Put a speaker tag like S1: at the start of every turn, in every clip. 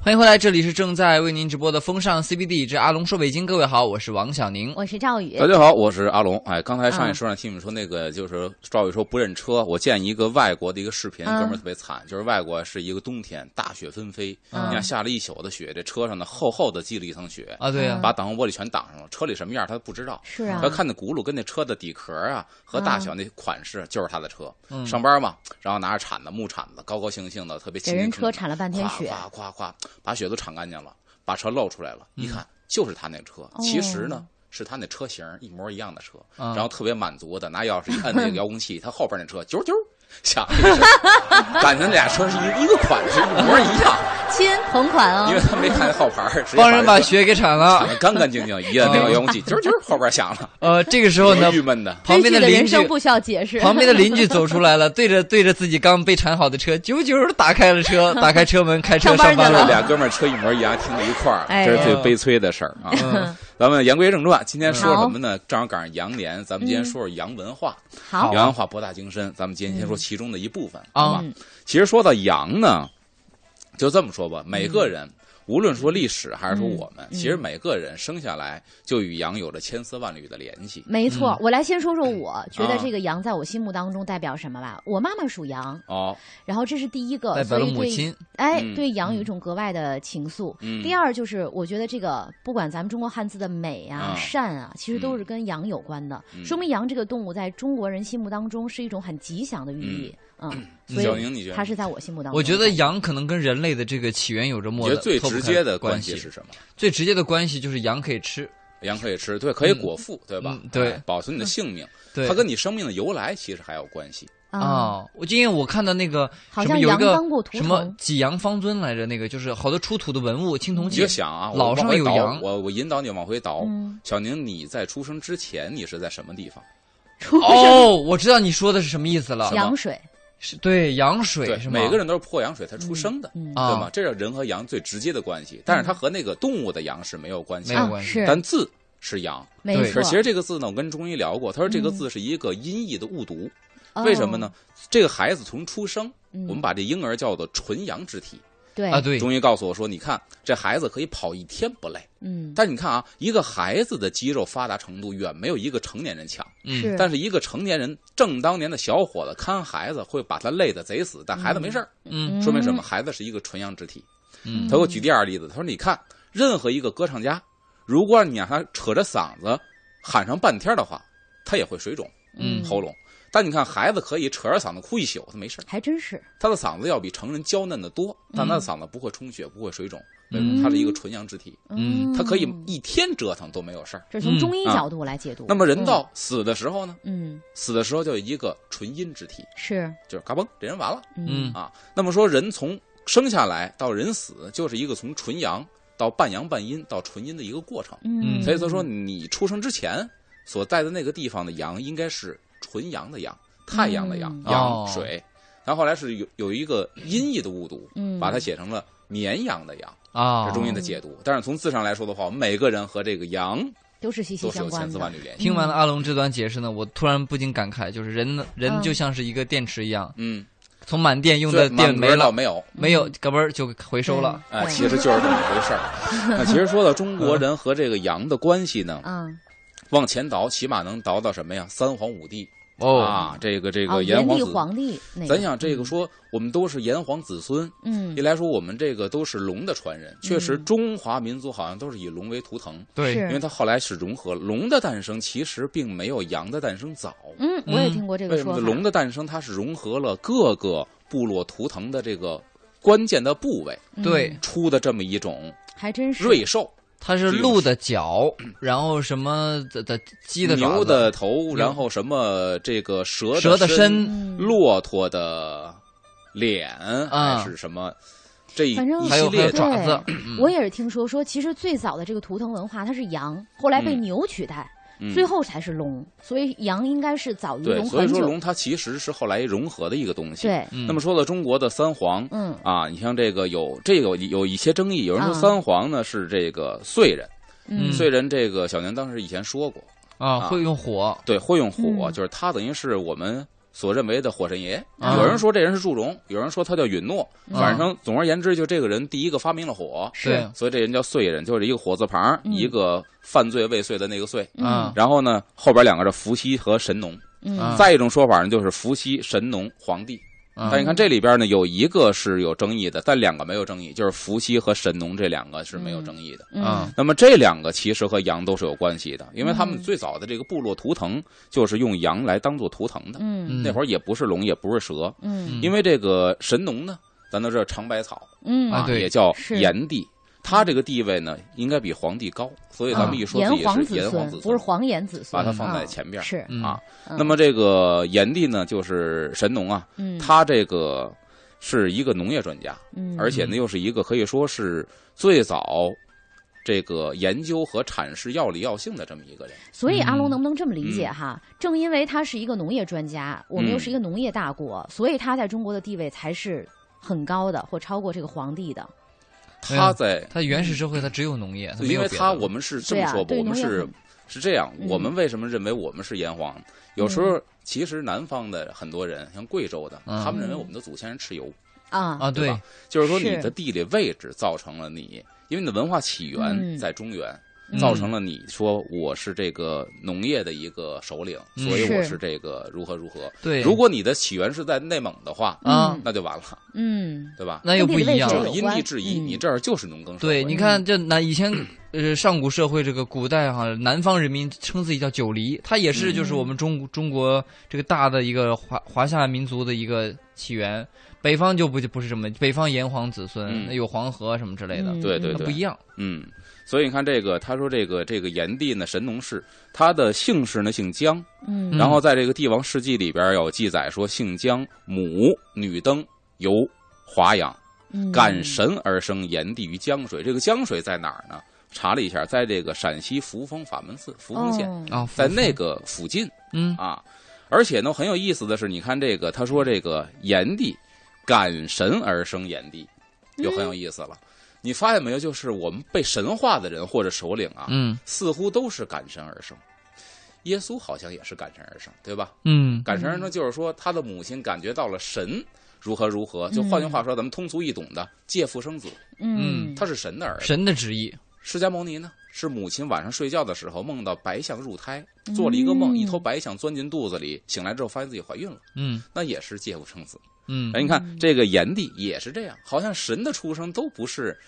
S1: 欢迎回来，这里是正在为您直播的风尚 CBD 之阿龙说北京。各位好，我是王小宁。
S2: 我是赵宇
S1: 呃
S3: 大。家好，我是阿龙。哎，刚才上
S2: 嗯
S3: 一说呢，听你们说那个就是赵宇说不认车，我见一个外国的一个视频，
S2: 嗯
S3: 哥们儿特别惨，就是外国是一个冬天，大雪纷飞，
S1: 嗯
S3: 你看下了一宿的雪，这车上呢厚厚的积了一层雪，
S1: 啊，对呀、
S2: 嗯
S3: 把挡风玻璃全挡上了，车里什么样他不知道。
S2: 是啊嗯
S3: 他，看那轱辘跟那车的底壳啊和大小那款式就是他的车，
S1: 嗯
S3: 上班嘛，然后拿着铲子木铲子，高高兴兴的，特别
S2: 给
S3: 勤勤
S2: 人
S3: 恳恳
S2: 车铲了半天雪，
S3: 夸夸夸，把雪都铲干净了，把车露出来了，
S1: 嗯
S3: 一看就是他那车，
S2: 哦
S3: 其实呢。是他那车型一模一样的车，
S1: 啊
S3: 然后特别满足的拿钥匙一摁那 个遥控器，他后边那车啾啾响了一声，感觉那俩车是一一个款式，一模一样，
S2: 亲同款
S3: 因为
S2: 哦。
S3: 他没看号牌儿，直接
S1: 帮人把
S3: 这车
S1: 雪给哦铲
S3: 铲
S1: 了
S3: 得。干干净净，一摁那个遥控器，啾啾后边响 了，
S1: 呃，这个时候呢
S3: 多，郁闷的。
S1: 旁边
S2: 真实的
S1: 邻
S2: 人
S1: 居，
S2: 生不需要解释。
S1: 旁边的邻居走出来了，对着对着自己刚被铲好的车，久久地打开了 车，打开车门，开车
S2: 上班
S1: 班
S2: 去
S3: 这
S2: 了
S3: 俩哥们儿车一模一样，停在一块儿，
S2: 哎
S3: 这是最悲催的事儿啊。
S1: 嗯
S3: 咱们言归正传，今天说什么呢？正好赶上羊年，咱们今天
S2: 嗯
S3: 说说羊文化。
S1: 哦
S2: 好，
S3: 羊文化博大精深，咱们今天先
S1: 嗯
S3: 说其中的一部分，好
S1: 啊
S2: 嗯
S3: 吧？其实说到羊呢，就这么说吧，每个
S1: 嗯
S3: 人。无论说历史还是说我们，其实每个人生下来就与羊有着千丝万缕的联系。
S2: 没
S1: 嗯
S2: 错，我来先说说我
S1: 啊
S2: 觉得这个羊在我心目当中代表什么吧。我妈妈属羊，
S3: 哦，
S2: 然后这是第一个，
S1: 代表
S2: 所
S1: 了
S2: 以
S1: 母
S2: 对
S1: 亲，
S2: 哎
S3: 嗯
S2: 对羊有一种格外的情愫。
S3: 嗯
S2: 第二就是我觉得这个不管咱们中国汉字的美啊、
S3: 啊
S2: 善啊，其实
S1: 嗯
S2: 都是跟羊有关的，
S3: 嗯
S2: 说明羊这个动物在中国人心目当中是一种很吉祥的寓意。嗯，所
S3: 小宁你觉
S2: 以
S3: 得
S2: 它是在我心目当中。
S1: 我觉得羊可能跟人类的这个起源有着
S3: 你
S1: 莫
S3: 觉得
S1: 的
S3: 最
S1: 脱不
S3: 直
S1: 开
S3: 接的
S1: 关
S3: 系是什么？
S1: 最直接的关系就是羊可以吃，
S3: 羊可以吃，对，可以果腹，对吧
S1: 嗯？对嗯
S3: 哎保存你的性命，
S1: 对
S3: 它跟你生命的由来其实还有关系。
S2: 啊，
S1: 啊，我就因为我看到那个
S2: 好
S1: 什么
S2: 像
S1: 有一
S2: 羊
S1: 个
S2: 当过图
S1: 什么
S2: 腾
S1: 济阳方尊来着，那个就是好多出土的文物，青铜
S3: 你
S1: 器
S3: 就，想啊，我
S1: 老上
S3: 往回
S1: 有
S3: 倒
S1: 羊
S3: 我我引导你往回倒。
S2: 嗯
S3: 小宁，你在出生之前你是在什么地方？
S2: 出生
S1: 哦，我知道你说的是什么意思
S3: 啊
S1: 了，
S2: 羊水，
S1: 是对羊水是吗？
S3: 每个人都是破羊水才出生的，
S2: 嗯
S1: 啊嗯
S3: 对吗？这是人和羊最直接的关系，但是它和那个动物的羊是没有关系
S1: 没有
S3: 的，
S2: 啊
S1: 关系
S2: 是
S3: 但字是羊。
S2: 没
S1: 对
S2: 错
S3: 可。是其实这个字呢，我跟中医聊过，他说这个
S2: 嗯
S3: 字是一个音译的误读，
S2: 哦
S3: 为什么呢？？这个孩子从出生，
S2: 嗯
S3: 我们把这婴儿叫做纯阳之体。
S2: 对
S1: 啊，对，
S3: 中医告诉我说，你看这孩子可以跑一天不累，
S2: 嗯，
S3: 但是你看啊，一个孩子的肌肉发达程度远没有一个成年人强。
S1: 嗯，
S2: 是
S3: 但是一个成年人正当年的小伙子看孩子会把他累得贼死，但孩子没事儿，
S1: 嗯
S3: 说明什么？孩子是一个纯阳之体。
S1: 嗯
S3: 他给我举第二个例子，他说：“你看，任何一个歌唱家，如果你让他扯着嗓子喊上半天的话，他也会水肿
S1: 嗯
S3: 喉咙。但你看孩子可以扯着嗓子哭一宿，他没事儿
S2: 还真是
S3: 他的嗓子要比成人娇嫩的多，但他的嗓子不会充血，不会水肿。为什
S1: 嗯
S3: 么？他是一个纯阳之体，
S1: 嗯
S3: 他可以
S2: 嗯
S3: 一天折腾都没有事儿。
S2: 这是
S1: 嗯
S2: 从中医
S3: 啊
S2: 角度来解读。
S3: 那么人到死的时候呢？
S2: 嗯，嗯，
S3: 死的时候就有一个纯阴之体，
S2: 是，
S3: 就是嘎嘣，这人完了。”
S1: 嗯
S3: 啊。那么说，人从生下来到人死，就是一个从纯阳到半阳半阴到纯阴的一个过程。
S2: 嗯，
S3: 所以他说，你出生之前所在的那个地方的阳，应该是纯阳的阳，太阳的阳，
S2: 嗯
S1: 哦
S3: 阳水。然后后来是有有一个音译的误读，
S2: 嗯
S3: 把它写成了绵羊的羊，这
S1: 啊
S3: 是，中医的解读。但是从字上来说的话，我们每个人和这个羊
S2: 都是息息
S3: 都是
S2: 相
S3: 有
S2: 关
S3: 千丝万
S2: 的。
S3: 缕联系。
S1: 听完了阿龙这段解释呢，我突然不禁感慨，就是人呢，人
S2: 嗯
S1: 就像是一个电池一样，
S3: 嗯，
S1: 从满电用
S3: 所以
S1: 的电
S3: 满格
S1: 没
S3: 到
S1: 了，
S3: 没有，
S1: 没有，嘎嘣儿就回收了。
S3: 哎，
S2: 对
S3: 其实就是这么回事儿。 那其实说到中国人和这个羊的关系呢，
S2: 嗯，
S3: 往前倒，起码能倒到什么呀？三皇五帝、
S1: 哦，
S3: 啊，这个这
S2: 哦
S3: 个炎
S2: 炎
S3: 黄
S2: 帝
S3: 子。
S2: 皇帝那个，
S3: 咱想这个说，我们都是炎黄子孙，
S2: 嗯
S3: 一，来说我们这个都是龙的传人。确实，中华民族好像都是以龙为图腾，
S1: 对
S2: 是
S3: 因为它后来是融合了龙的诞生，其实并没有羊的诞生早。
S2: 嗯，我也听过这
S3: 为
S2: 个
S3: 什
S2: 说
S3: 么
S2: 法。
S3: 龙的诞生它是融合了各个部落图腾的这个关键的部位，
S2: 嗯
S1: 对，，
S3: 出的这么一种
S2: 还真是
S3: 瑞兽，
S1: 它是鹿的脚，然后什么的的鸡的爪子
S3: 牛的头，然后什么这个蛇
S1: 蛇的
S3: 身。
S1: 身，
S2: 嗯
S3: 骆驼的脸还是什么，这一
S2: 啊反正
S3: 一
S1: 还
S3: 系
S1: 有还
S3: 列
S1: 有
S3: 的
S1: 爪子，
S3: 嗯
S2: 我也是听说说，其实最早的这个图腾文化它是羊，后来被
S3: 嗯
S2: 牛取代，
S3: 嗯
S2: 最后才是龙，所以羊应该是早于
S3: 对，
S2: 龙
S3: 所以
S2: 很
S3: 说
S2: 久。
S3: 龙它其实是后来融合的一个东西。
S2: 对，
S1: 嗯
S3: 那么说到中国的三皇
S2: 嗯，
S3: 啊，你像这个有这个有一些争议，有人说
S2: 啊
S3: 三皇呢是这个燧人，
S2: 嗯
S3: 燧人这个小年当时以前说过，
S1: 啊，会用火，
S3: 对，会用火，
S2: 嗯
S3: 就是它等于是我们。所认为的火神爷。
S1: 啊
S3: 有人说这人是祝融，有人说他叫允诺，
S1: 嗯
S2: 啊
S3: 反正总而言之，就这个人第一个发明了火，
S1: 对
S2: 是，
S3: 所以这人叫燧人，就是一个火字旁，
S2: 嗯
S3: 一个犯罪未遂的那个遂。
S1: 啊
S3: 然后呢，后边两个是伏羲和神农。
S1: 啊
S2: 嗯
S3: 再一种说法呢，就是伏羲、神农、皇帝。
S2: 啊
S1: 嗯
S3: 但你看这里边呢，有一个是有争议的，但两个没有争议，就是伏羲和神农这两个是没有争议的。
S1: 啊
S2: 嗯
S3: 那么这两个其实和羊都是有关系的，因为他们
S2: 嗯
S3: 最早的这个部落图腾就是用羊来当做图腾的，
S2: 嗯
S1: 嗯
S3: 那会儿也不是龙，也不是蛇，
S2: 嗯
S3: 因为这个神农呢，咱都知道长白草
S2: 嗯
S1: 啊对
S3: 也叫
S2: 是
S3: 炎帝。他这个地位呢，应该比皇帝高，所以咱们一说
S2: 啊炎
S3: 自己
S2: 黄
S3: 是炎黄
S2: 孙
S3: 子孙，
S2: 不是黄炎子孙，
S3: 把它放在
S2: 啊
S3: 前边儿
S2: 是。
S1: 嗯
S3: 啊。
S2: 嗯
S3: 那么这个炎帝呢，就是神农啊，
S2: 嗯
S3: 他这个是一个农业专家，
S2: 嗯
S3: 而且呢又是一个可以说是最早这个研究和阐释药理药性的这么一个人。
S2: 所以阿龙
S1: 嗯
S2: 能不能这么理解哈？正因为他是一个农业专家，我们又
S3: 嗯
S2: 是一个农业大国，所以他在中国的地位才是很高的，或超过这个皇帝的。
S1: 没
S2: 啊
S1: 有
S3: 他在，
S1: 它原始社会它只有农业，它没
S3: 因
S1: 有
S3: 为
S1: 别
S3: 他
S1: 的
S3: 我们是这
S2: 对
S3: 么
S2: 啊
S3: 说吧，
S2: 对
S3: 我们
S2: 农业
S3: 是
S2: 很
S3: 是这样，
S2: 嗯
S3: 我们为什么认为我们是炎黄？有时候其实南方的很多人，像贵州的，
S1: 嗯
S3: 他们认为我们的祖先是蚩尤，
S2: 啊，
S1: 啊，
S3: 对
S1: 对
S3: 吧，就是说
S2: 是
S3: 你的地理位置造成了你，因为你的文化起源
S2: 嗯
S3: 在中原。
S1: 嗯
S3: 造成了你说我是这个农业的一个首领，
S1: 嗯
S3: 所以我
S2: 是
S3: 是这个如何如何。
S1: 对，
S3: 如果你的起源是在内蒙的话，
S1: 啊，
S3: 那就完了，
S2: 嗯，
S3: 对吧？
S1: 那又不一样
S2: 跟
S3: 就
S2: 这个位
S1: 了
S3: 是
S2: 置。
S3: 因地制宜，
S2: 嗯
S3: 你这儿就是农耕社
S1: 对，
S3: 会。
S1: 你看这南以前呃上古社会这个古代哈、南方人民称自己叫九黎，它也
S3: 嗯
S1: 是就是我们中、中国这个大的一个华华夏民族的一个起源。北方就不就不是这么，北方炎黄子孙、
S3: 嗯
S1: 那有黄河什么之类的，
S2: 嗯
S3: 对对
S1: 它不
S3: 对
S1: 一样。
S3: 嗯，所以你看这个，他说这个这个炎帝呢，神农氏，他的姓氏呢姓姜，
S2: 嗯
S3: 然后在这个帝王世纪里边有记载说，姓姜，母女登，游华阳，
S2: 嗯
S3: 感神而生，炎帝于江水。这个江水在哪儿呢？查了一下，在这个陕西扶风法门寺扶风县，
S2: 哦
S1: 啊、
S3: 在那个附近
S1: 嗯
S3: 啊。而且呢，很有意思的是，你看这个，他说这个炎帝，感神而生炎帝，就很有
S1: 嗯
S3: 意思了。你发现没有？就是我们被神化的人或者首领啊，
S1: 嗯
S3: 似乎都是感神而生。耶稣好像也是感神而生，对吧？
S1: 嗯
S3: 感神而生就是说，他的母亲感觉到了神如何如何，就
S1: 嗯
S3: 换句话说，咱们通俗易懂的借腹生子，
S2: 嗯，
S3: 他是神的儿子。
S1: 神的旨意，
S3: 释迦牟尼呢，是母亲晚上睡觉的时候梦到白象入胎，做了一个梦，
S2: 嗯
S3: 一头白象钻进肚子里，醒来之后发现自己怀孕了，
S1: 嗯
S3: 那也是借腹生子。
S1: 嗯
S3: 哎，你看这个炎帝也是这样，好像神的出生都不是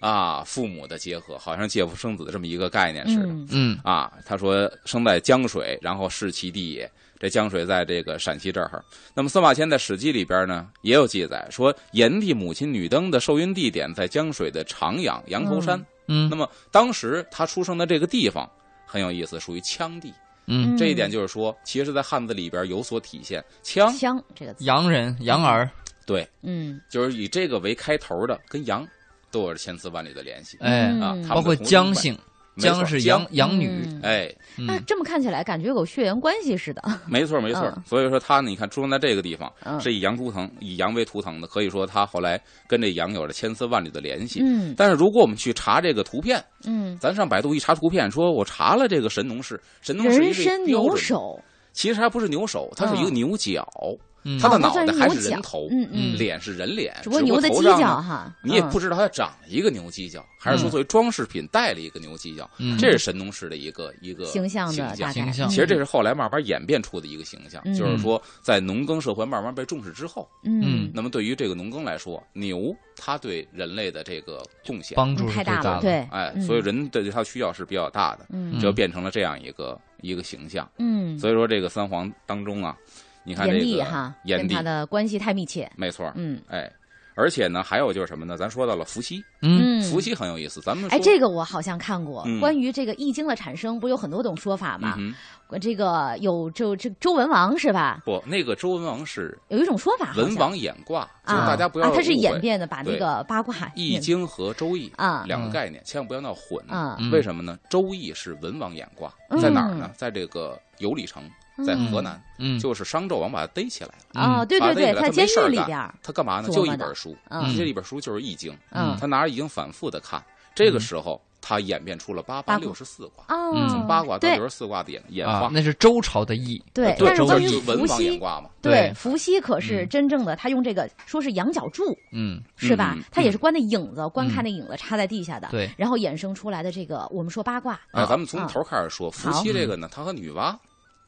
S3: 啊父母的结合，好像借腹生子的这么一个概念似的。
S2: 嗯
S1: 嗯
S3: 啊，他说生在江水，然后世其地也。这江水在这个陕西这儿。那么司马迁在《史记》里边呢也有记载，说炎帝母亲女登的受孕地点在江水的长阳羊头山。
S1: 嗯
S3: 那么当时他出生的这个地方很有意思，属于羌地。
S1: 嗯，
S2: 嗯
S3: 这一点就是说，其实，在汉字里边有所体现。羌
S2: 枪这个字，
S1: 洋人洋儿，
S3: 对，
S2: 嗯，
S3: 就是以这个为开头的，跟羊都有着千丝万缕的联系
S1: 哎，
S2: 嗯
S3: 啊。他们的
S1: 包括
S3: 同
S1: 姜姓，
S3: 姓没错
S1: 姜是
S3: 姜
S1: 羊，羊女，
S2: 嗯
S3: 哎，
S2: 那
S1: 嗯
S2: 这么看起来，感觉有血缘关系似的。
S3: 没错没错
S2: 嗯。
S3: 所以说他呢，你看出生在这个地方，
S2: 嗯
S3: 是以羊图腾，以羊为图腾的，可以说他后来跟这羊有着千丝万缕的联系。
S2: 嗯
S3: 但是如果我们去查这个图片，
S2: 嗯，
S3: 咱上百度一查图片，说我查了这个神农氏，神农氏
S2: 人
S3: 是一个
S2: 参
S3: 标
S2: 牛
S3: 准，
S2: 首，
S3: 其实还不是牛首，它是一个
S2: 嗯
S3: 牛角，
S1: 嗯
S3: 它的
S2: 哦它
S3: 脑
S2: 算
S3: 袋
S2: 是
S3: 还
S2: 牛
S3: 是人
S2: 角
S3: 头，
S2: 嗯嗯，
S3: 脸是人脸，
S2: 只不过牛的
S3: 头
S2: 犄
S3: 上呢
S2: 角哈，
S3: 你也
S2: 嗯
S3: 不知道它长一个牛犄角，还是说
S1: 嗯
S3: 作为装饰品带了一个牛犄角，
S1: 嗯
S3: 这是神农氏的一个一个
S2: 形象的
S3: 形
S2: 大概，
S1: 形象
S3: 其实这是后来慢慢演变出的一个形象，
S2: 嗯
S3: 就是说在农耕社会慢慢被重视之后，
S2: 嗯
S3: 那么对于这个农耕来说，牛它对人类的这个贡献，
S1: 帮助是
S2: 嗯
S1: 最
S2: 太
S1: 大
S2: 了，
S1: 的，
S2: 对，
S3: 哎，
S2: 嗯
S3: 所以人对它需要是比较大的，
S2: 嗯
S3: 就变成了这样一个一个形象。
S2: 嗯，
S3: 所以说这个三皇当中啊，你看这
S2: 炎帝
S3: 个
S2: 哈，
S3: 炎
S2: 跟
S3: 帝
S2: 他，的关系太密切，
S3: 没错，
S2: 嗯
S3: 哎，而且呢还有就是什么呢？咱说到了伏羲，
S1: 嗯
S2: 嗯，
S3: 伏羲很有意思，咱们
S2: 哎，
S3: 说
S2: 这个我好像看过
S3: 嗯，
S2: 关于这个《易经》的产生，不是有很多种说法吗？
S3: 嗯哼
S2: 这个有就这周文王是吧？
S3: 不，那个周文王是
S2: 有一种说啊法好像，
S3: 文王演卦，就是
S2: 啊，
S3: 大家不要
S2: 啊，他是
S3: 误会
S2: 演变的，把
S3: 对
S2: 那个八卦
S3: 《易经》和《周易》
S2: 啊
S3: 两个概念，千万不要闹混。
S2: 啊，
S1: 嗯
S3: 为什么呢？《周易》是文王演卦，
S2: 嗯
S3: 在哪儿呢？在这个有里城，在河南，
S1: 嗯
S3: 就是商纣王把他逮起来了。
S2: 啊，对
S3: 把
S2: 对对，
S3: 他逮起来
S2: 在
S3: 他
S2: 监
S3: 没事儿
S2: 狱里
S3: 干
S2: 边儿，
S3: 他干嘛呢？
S2: 琢
S3: 就
S2: 磨
S3: 一
S2: 的
S3: 本书，
S2: 嗯
S3: 这一本书就是《易经》，
S2: 嗯
S3: 他拿着《易经》反复的看。这个时候，它演变出了八
S2: 八
S3: 八
S2: 卦
S3: 六十四卦，
S2: 哦，
S1: 嗯
S3: 从八卦到
S2: 对
S3: 六十四卦的演演
S1: 啊
S3: 化，。
S1: 那是周朝的易，
S2: 对，
S3: 对，
S2: 但是
S1: 周
S2: 关
S1: 文
S2: 于
S1: 姬
S2: 伏
S3: 文王演
S2: 羲，
S3: 卦嘛，
S1: 对
S2: 伏羲可是
S1: 嗯
S2: 真正的，他用这个说是羊角柱
S1: 嗯，
S2: 是吧
S3: 嗯？
S2: 他也是观的影子，观
S1: 嗯
S2: 看那影子插在地下的，
S1: 对
S2: 然后衍生出来的这个我们说八卦，
S3: 哎，咱们从
S2: 啊
S3: 头开始说，伏
S2: 好嗯
S3: 羲这个呢，他和女娲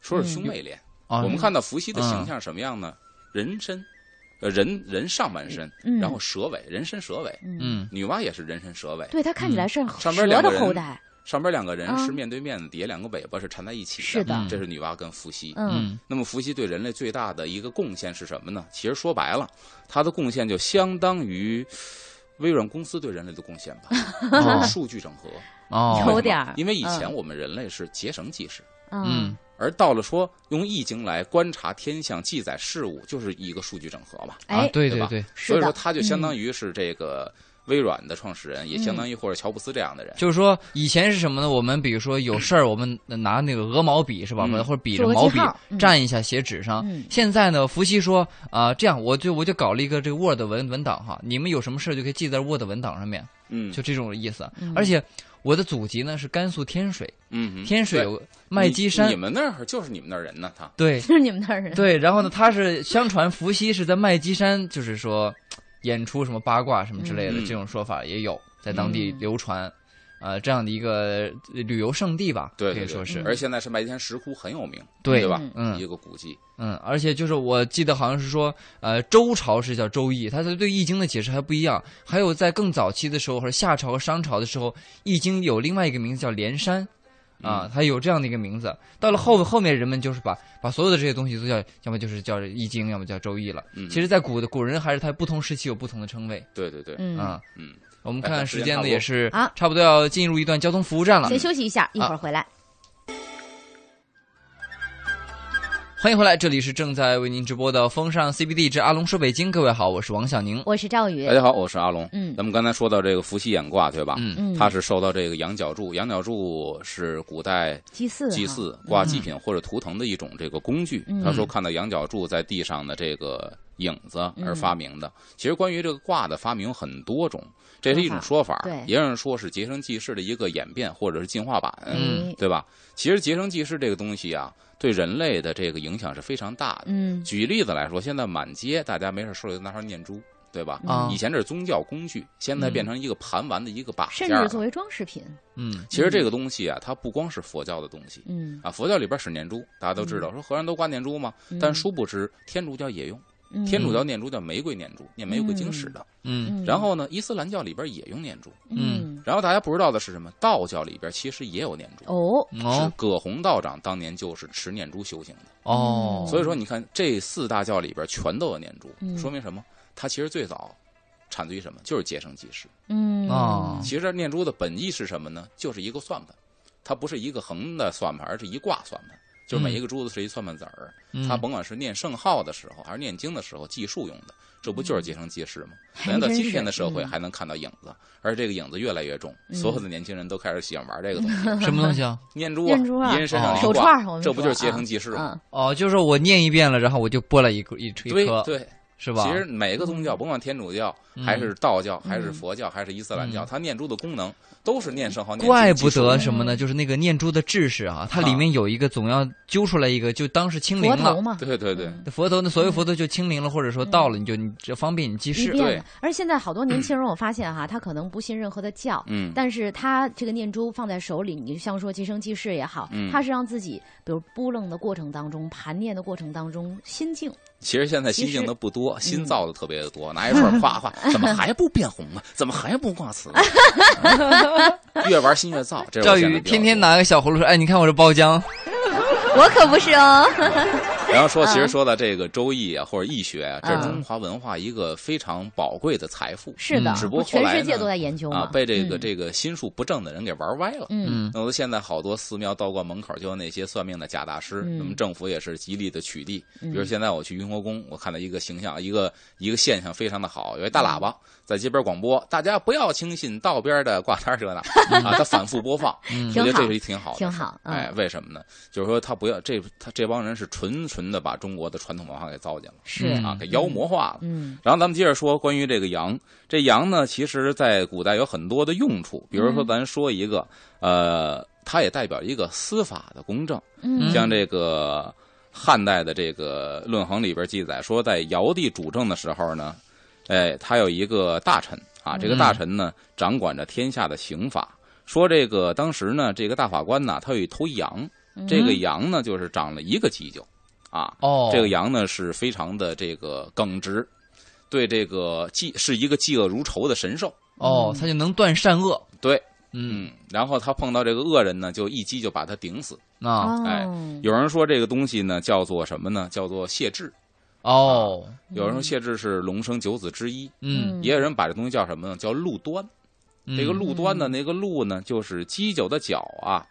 S3: 说是兄妹恋。
S1: 啊，
S3: 我们看到伏羲的形象是什么样呢？人身，呃，人人上半身，
S2: 嗯，
S3: 然后蛇尾，人身蛇尾。
S2: 嗯，
S1: 嗯
S3: 女娲也是人身蛇尾，
S2: 对他看起来是
S3: 嗯上边
S2: 蛇
S3: 两个
S2: 的
S3: 人
S2: 后代，
S3: 上边两个人
S2: 啊
S3: 是面对面的，底下两个尾巴是缠在一起
S2: 是的
S3: 这是女娲跟伏羲。
S2: 嗯，
S1: 嗯
S3: 那么伏羲对人类最大的一个贡献是什么呢？其实说白了，他的贡献就相当于微软公司对人类的贡献吧，
S2: 嗯
S1: 哦
S3: 数据整合。
S1: 哦
S2: 有点儿
S3: 因为以前
S2: 嗯
S3: 我们人类是节省记事，
S1: 嗯
S2: 嗯，
S3: 而到了说用易经来观察天象、记载事物，就是一个数据整合嘛。
S1: 啊，
S2: 哎，
S1: 对
S3: 对吧
S1: 对，
S2: 是
S3: 所以说，
S2: 的，
S3: 他就相当于是这个微软的创始人，也相当于或者乔布斯这样的人。
S1: 嗯就是说以前是什么呢？我们比如说有事儿，我们拿那个鹅毛笔是吧，
S3: 嗯
S1: 或者笔着
S2: 做个
S1: 毛
S2: 记
S1: 笔
S2: 号，嗯
S1: 蘸一下写纸
S3: 啊
S1: 上。
S2: 嗯
S1: 现在呢，伏羲说啊、这样我就我就搞了一个这个 Word 文文档哈，你们有什么事儿就可以记在 Word 文档上面，
S3: 嗯
S1: 就这种意思。
S2: 嗯
S1: 而且我的祖籍呢是甘肃天水，
S3: 嗯，
S1: 天水
S3: 对
S1: 有麦积
S3: 你
S1: 山
S3: 你，们那儿就是你们那儿人呢，他
S1: 对
S2: 是你们那儿人，
S1: 对。然后呢，他是相传伏羲是在麦积山，就是说呃演出什么八卦什么之类的、
S3: 嗯
S1: 这种说法也有，在当地
S2: 嗯
S1: 流传。呃，这样的一个呃旅游胜地吧，
S3: 对
S1: 可
S3: 对
S1: 以
S3: 对
S1: 说是，
S3: 而现在是麦积山石窟很有名，
S1: 对
S3: 吧？
S1: 嗯
S3: 一个古迹。
S1: 嗯，而且就是我记得好像是说，呃，周朝是叫周易，它对对易经的解释还不一样。还有在更早期的时候，和夏朝和商朝的时候，易经有另外一个名字叫连山，啊、它有这样的一个名字。到了后后面，人们就是把把所有的这些东西都叫，要么就是叫易经，要么叫周易了。
S3: 嗯，
S1: 其实，在古的古人还是他不同时期有不同的称谓
S3: 对对对，
S2: 嗯，
S1: 啊。
S3: 嗯，
S1: 我们看看时间呢，
S3: 哎
S1: 也是
S2: 差不多啊
S1: 差不多要进入一段交通服务站了。
S2: 先休息一
S3: 啊
S2: 下，一会儿回来。
S1: 欢迎回来，这里是正在为您直播的《风尚 CBD 之阿龙说北京》，各位好，我是王小宁。
S2: 我是赵宇
S3: 大，家好，我是阿龙。
S2: 嗯
S3: 哎咱们刚才说到这个伏羲演卦，对吧？
S1: 嗯
S2: 嗯，
S3: 他是受到这个羊角柱，羊角柱是古代
S2: 祭祀
S3: 祭
S2: 哈
S3: 祀、挂祭品或者图腾的一种这个工具。
S2: 嗯
S3: 他说看到羊角柱在地上的这个影子
S2: 嗯
S3: 而发明的。其实关于这个卦的发明有很多种，这是一种说法，
S2: 说法对
S3: 也有人说是节绳记事的一个演变或者是进化版，
S1: 嗯
S2: 哎
S3: 对吧？其实节绳记事这个东西啊，对人类的这个影响是非常大的。
S2: 嗯
S3: 举例子来说，现在满街大家没事手里都拿上念珠，对吧？
S1: 啊
S3: 以前这是宗教工具，现在
S1: 嗯
S3: 变成一个盘玩的一个把
S2: 甚
S3: 件儿
S2: 至
S3: 了
S2: 作为装饰品，
S1: 嗯
S3: 其实这个东西啊，它不光是佛教的东西
S2: 嗯，
S3: 啊，佛教里边使念珠，大家都知道，说和尚都挂念珠嘛。
S2: 嗯
S3: 但殊不知，天主教也用，
S2: 嗯
S3: 天主教念珠叫玫瑰念珠，念玫瑰经使的。
S1: 嗯
S2: 嗯
S3: 然后呢，伊斯兰教里边也用念珠。
S2: 嗯
S3: 然后大家不知道的是什么？道教里边其实也有念珠。
S2: 哦
S1: 哦
S3: 是葛洪道长当年就是持念珠修行的，
S1: 哦，
S3: 所以说你看这四大教里边全都有念珠，
S2: 嗯
S3: 说明什么？它其实最早产自于什么？就是节省记事。
S2: 嗯
S1: 哦
S3: 其实这念珠的本意是什么呢？就是一个算盘，它不是一个横的算盘，而是一卦算盘。就是每一个珠子是一算盘子儿，它
S1: 嗯
S3: 甭管是念圣号的时候，还是念经的时候记数用的，这不就是节省记事吗？
S2: 嗯还
S3: 来到
S2: 真
S3: 今
S2: 是
S3: 天的社会
S2: 嗯
S3: 还能看到影子，而这个影子越来越重，
S2: 嗯
S3: 所有的年轻人都开始喜欢玩这个东西，
S1: 什么东西啊？
S3: 念珠
S2: 念珠啊
S3: 一人身上
S1: 哦
S3: 一
S2: 手
S3: 挂
S2: 串儿我们
S3: 这不
S2: 说
S3: 就是节
S2: 啊
S3: 省记事吗？
S2: 嗯
S1: 哦，就是我念一遍了，然后我就拨了一个一一
S3: 对
S1: 颗，
S3: 对，
S1: 是吧？
S3: 其实每个宗教，甭管天主教
S1: 嗯
S3: 还是道教，还是
S2: 嗯
S3: 佛教，还是伊斯兰教，
S1: 嗯
S3: 它念珠的功能都是念圣号，念经
S1: 怪不
S3: 记数
S1: 得
S3: 用
S1: 什么呢？就是那个念珠的制式啊，它
S3: 啊
S1: 里面有一个总要揪出来一个，就当是清零
S2: 佛头
S1: 了。
S2: 嘛，
S3: 对对对，
S2: 嗯
S1: 佛头，那所有佛头就清零了，或者说到了，你就你这方便你记
S2: 一
S1: 事。
S2: 遍
S3: 对
S2: 的。而现在好多年轻 人，我发现哈，他可能不信任何的教，
S3: 嗯，
S2: 但是他这个念珠放在手里，你就像说即生即世也好
S3: 嗯，
S2: 他是让自己，比如拨楞的过程当中、盘念的过程当中心 静。
S3: 其实现在新
S2: 其实嗯
S3: 型的不多，新造的特别的多，拿一 串夸夸，怎么还不变红啊？怎么还不挂瓷啊？越玩心越燥，这是我
S1: 赵
S3: 现在
S1: 宇
S3: 比较
S1: 天天拿个小葫芦说：“哎，你看我这包浆。
S2: 我可不是哦，
S3: 嗯多。然后说，其实说到这个《周易》啊，或者易学啊，这
S2: 嗯
S3: 是中华文化一个非常宝贵的财富
S2: 是的
S1: 嗯
S3: 只，不过后
S2: 全
S3: 来
S2: 世界
S3: 呢
S2: 都在研究
S3: 啊
S2: 嘛，，
S3: 被这个
S2: 嗯
S3: 这个心术不正的人给玩歪了。
S2: 嗯
S1: 嗯
S3: 那么现在好多寺庙、道观门口就有那些算命的假大师，
S2: 嗯
S3: 那么政府也是极力的取缔。
S2: 嗯
S3: 比如现在我去雍和宫，我看到一个形象，一个一个现象非常的好，有一大喇叭
S2: 嗯
S3: 在街边广播，大家不要轻信道边的挂摊 儿这那啊，他反复播放，我
S1: 嗯
S3: 觉得
S2: 挺好
S3: 这是一挺好的事儿，
S2: 挺好嗯
S3: 哎，为什么呢？就是说他不要这他这帮人是纯纯的把中国的传统文化给糟践了
S2: 是，
S1: 嗯
S3: 啊，给妖魔化了。
S2: 嗯
S3: 然后咱们接着说关于这个羊，这羊呢，其实在古代有很多的用处，比如说
S2: 嗯
S3: 咱说一个，呃，它也代表一个司法的公正，
S2: 嗯，
S3: 像这个汉代的这个《论衡》里边记载说，在尧帝主政的时候呢，哎，他有一个大臣啊，
S2: 嗯
S3: 这个大臣呢掌管着天下的刑法。说这个当时呢，这个大法官呢，他有一头羊，
S2: 嗯
S3: 这个羊呢就是长了一个犄角，啊，
S1: 哦，
S3: 这个羊呢是非常的这个耿直，对这个嫉是一个嫉恶如仇的神兽。
S1: 哦，
S2: 嗯
S1: 它就能断善恶。
S3: 对，
S1: 嗯，，
S3: 然后他碰到这个恶人呢，就一击就把他顶死。
S1: 那
S3: 哎
S2: 哦
S3: 有人说这个东西呢叫做什么呢？叫做谢志。
S1: 哦，
S3: 有人说谢志是龙生九子之一，
S1: 嗯，
S3: 也有人把这东西叫什么呢？叫鹿端。这个
S1: 嗯
S3: 鹿端呢，
S2: 嗯
S3: 那个鹿呢，就是犄角的角啊，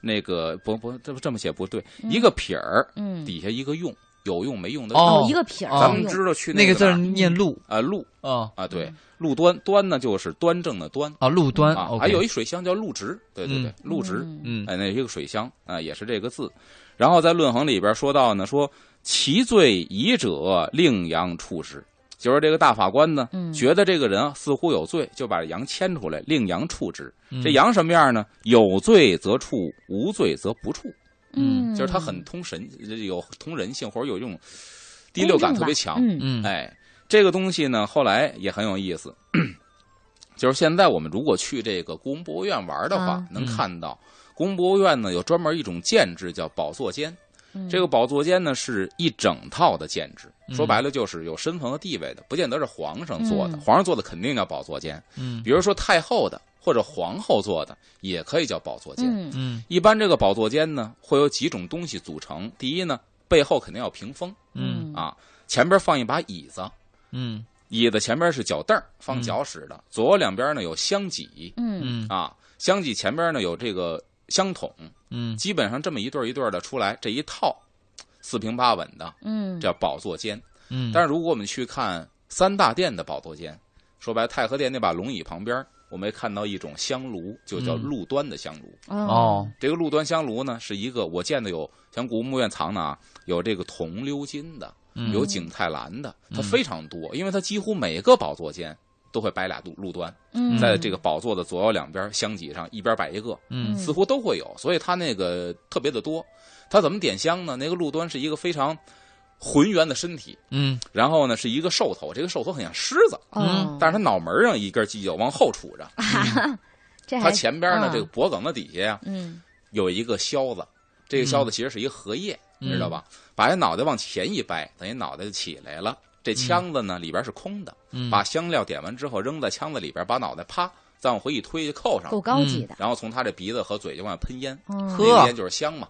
S3: 那个不不，这不这么写不对，一个撇儿
S2: 嗯，
S3: 底下一个用，有用没用的
S1: 哦
S3: 用。
S2: 哦，一个撇儿
S1: 哦
S3: 咱
S2: 都
S3: 们
S2: 用，
S3: 知道去
S1: 那个字
S3: 字
S1: 儿念鹿
S3: 啊鹿
S1: 哦
S3: 啊，对，鹿端端呢就是端正的端
S1: 啊，鹿端
S3: 啊，
S1: OK
S3: 还有一水乡叫鹿直，对对对
S1: 嗯，
S3: 鹿直，
S2: 嗯
S1: 嗯
S3: 哎，那有一个水乡啊，也是这个字。然后在《论衡》里边说到呢，说其罪已者，令羊处之。就是这个大法官呢，
S2: 嗯
S3: 觉得这个人啊似乎有罪，就把羊牵出来，令羊处之。
S1: 嗯
S3: 这羊什么样呢？有罪则处，无罪则不处。
S1: 嗯
S3: 就是他很通神，有通人性，或者有一种第六感特别强。
S2: 嗯
S1: 嗯
S3: 哎，这个东西呢，后来也很有意思， 就是现在我们如果去这个故宫博物院玩的话，
S2: 啊
S3: 能
S1: 嗯
S3: 看到故宫博物院呢有专门一种建制叫宝座间，
S2: 嗯
S3: 这个宝座间呢是一整套的建制，
S1: 嗯
S3: 说白了就是有身份和地位的，不见得是皇上做的，
S2: 嗯
S3: 皇上做的肯定叫宝座间，
S1: 嗯
S3: 比如说太后的或者皇后做的也可以叫宝座间。
S2: 嗯
S1: 嗯
S3: 一般这个宝座间呢会有几种东西组成，第一呢背后肯定要屏风
S1: 嗯
S3: 啊，前边放一把椅子。
S1: 嗯
S3: 椅子前边是脚凳儿，放脚使的；左右两边呢有香几
S2: 嗯
S1: 嗯
S3: 啊，香几前边呢有这个香筒，
S1: 嗯
S3: 基本上这么一对儿一对儿的出来，这一套四平八稳的
S2: 嗯，
S3: 叫宝座间。
S1: 嗯，
S3: 但是如果我们去看三大殿的宝座间，说白了太和殿那把龙椅旁边，我们看到一种香炉，就叫
S1: 嗯
S3: 路端的香炉。
S2: 嗯
S1: 哦，
S3: 这个路端香炉呢，是一个我见的有像古墓院藏的啊，有这个铜鎏金的，
S1: 嗯
S3: 有景泰蓝的，它
S1: 嗯
S3: 非常多，因为它几乎每个宝座间都会摆俩路路端，
S2: 嗯，
S3: 在这个宝座的左右两边香几上，一边摆一个，
S1: 嗯
S3: 似乎都会有，所以它那个特别的多。它怎么点香呢？那个路端是一个非常浑圆的身体，
S1: 嗯
S3: 然后呢是一个兽头，这个兽头很像狮子，
S2: 哦，
S3: 但是它脑门上一根犄角往后杵着，
S1: 哎
S2: 这
S3: 它
S2: 还
S3: 前边
S1: 啊
S2: 嗯
S3: 呢这个脖梗子底下呀
S2: 嗯
S3: 有一个销子，这个销子其实是一个荷叶，
S1: 嗯
S3: 你知道吧？把这脑袋往前一掰，等于脑袋就起来了。这腔子呢里边是空的，
S1: 嗯
S3: 把香料点完之后扔在腔子里边，把脑袋啪再往回一推就扣上，
S2: 够高级的，
S3: 然后从他这鼻子和嘴就往外喷烟，
S2: 嗯
S1: 呵
S3: 那个烟就是香嘛。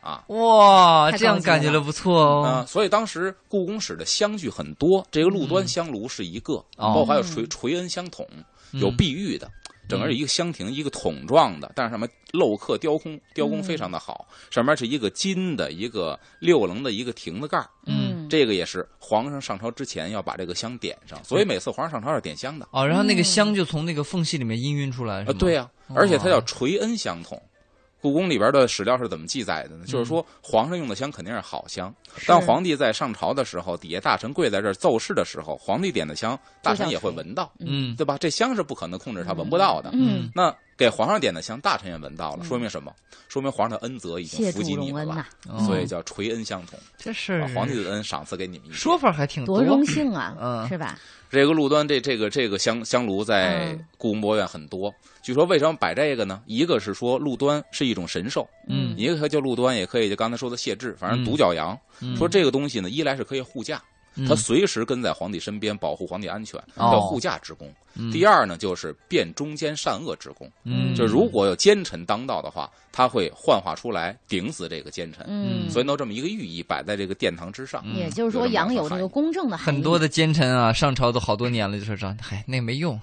S3: 啊
S1: 哇，
S2: 太
S1: 这样
S2: 高级
S1: 感觉
S2: 了
S1: 了不错哦
S3: 啊，所以当时故宫使的香具很多，这个路端香炉是一个，
S1: 嗯哦嗯
S3: 包括还有垂垂恩香筒，有碧玉的，整个一个香亭，一个筒状的，但是上面镂刻雕工，雕工非常的好，上面是一个金的一个六棱的一个亭子盖儿，
S2: 嗯，
S3: 这个也是皇上上朝之前要把这个香点上，所以
S1: 嗯
S3: 每次皇上上朝要点香的
S1: 哦，然后那个
S2: 嗯
S1: 香就从那个缝隙里面氤氲出来，是
S3: 啊，
S1: 吗
S3: 对呀、而且它
S1: 嗯哦
S3: 叫垂恩香筒。故宫里边的史料是怎么记载的呢？就
S1: 嗯
S3: 是说，皇上用的香肯定是好香，但皇帝在上朝的时候，底下大臣跪在这儿奏事的时候，皇帝点的香，大臣也会闻到，
S1: 嗯
S3: 对吧？这香是不可能控制他闻不到的。
S2: 嗯，
S3: 那给皇上点的香，大臣也闻到了，
S2: 嗯
S3: 说明什么？说明皇上的恩泽已经
S2: 谢
S3: 伏
S2: 主
S3: 击你
S2: 隆
S3: 们
S2: 恩
S3: 了
S2: 呐，，
S1: 哦
S3: 所以
S2: 嗯
S3: 叫垂恩相同，
S1: 这事
S3: 把
S1: 儿
S3: 皇帝的恩赏赐给你们一些。
S1: 说法还挺
S2: 多荣幸啊，
S1: 嗯
S2: 是吧？
S3: 这个路端，这这个这个香香炉在
S2: 嗯
S3: 故宫博物院很多。据说为什么摆这个呢？一个是说路端是一种神兽，
S1: 嗯
S3: 一个叫路端，也可以就刚才说的谢志，反正
S1: 嗯
S3: 独角羊。
S1: 嗯
S3: 说这个东西呢，一来是可以护驾，
S1: 嗯
S3: 它随时跟在皇帝身边，保护皇帝安全，
S1: 哦
S3: 叫护驾之功。
S1: 嗯
S3: 第二呢，就是辨忠奸善恶之功，
S1: 嗯
S3: 就如果有奸臣当道的话，他会幻化出来顶死这个奸臣。
S2: 嗯，
S3: 所以呢，这么一个寓意摆在这个殿堂之上，
S2: 也就是说，
S3: 有这么
S2: 羊
S3: 一
S2: 有这
S3: 含
S2: 个
S3: 义
S2: 公正的含
S1: 很
S2: 义
S1: 多的奸臣啊，上朝都好多年了，就说这，嗨，那没用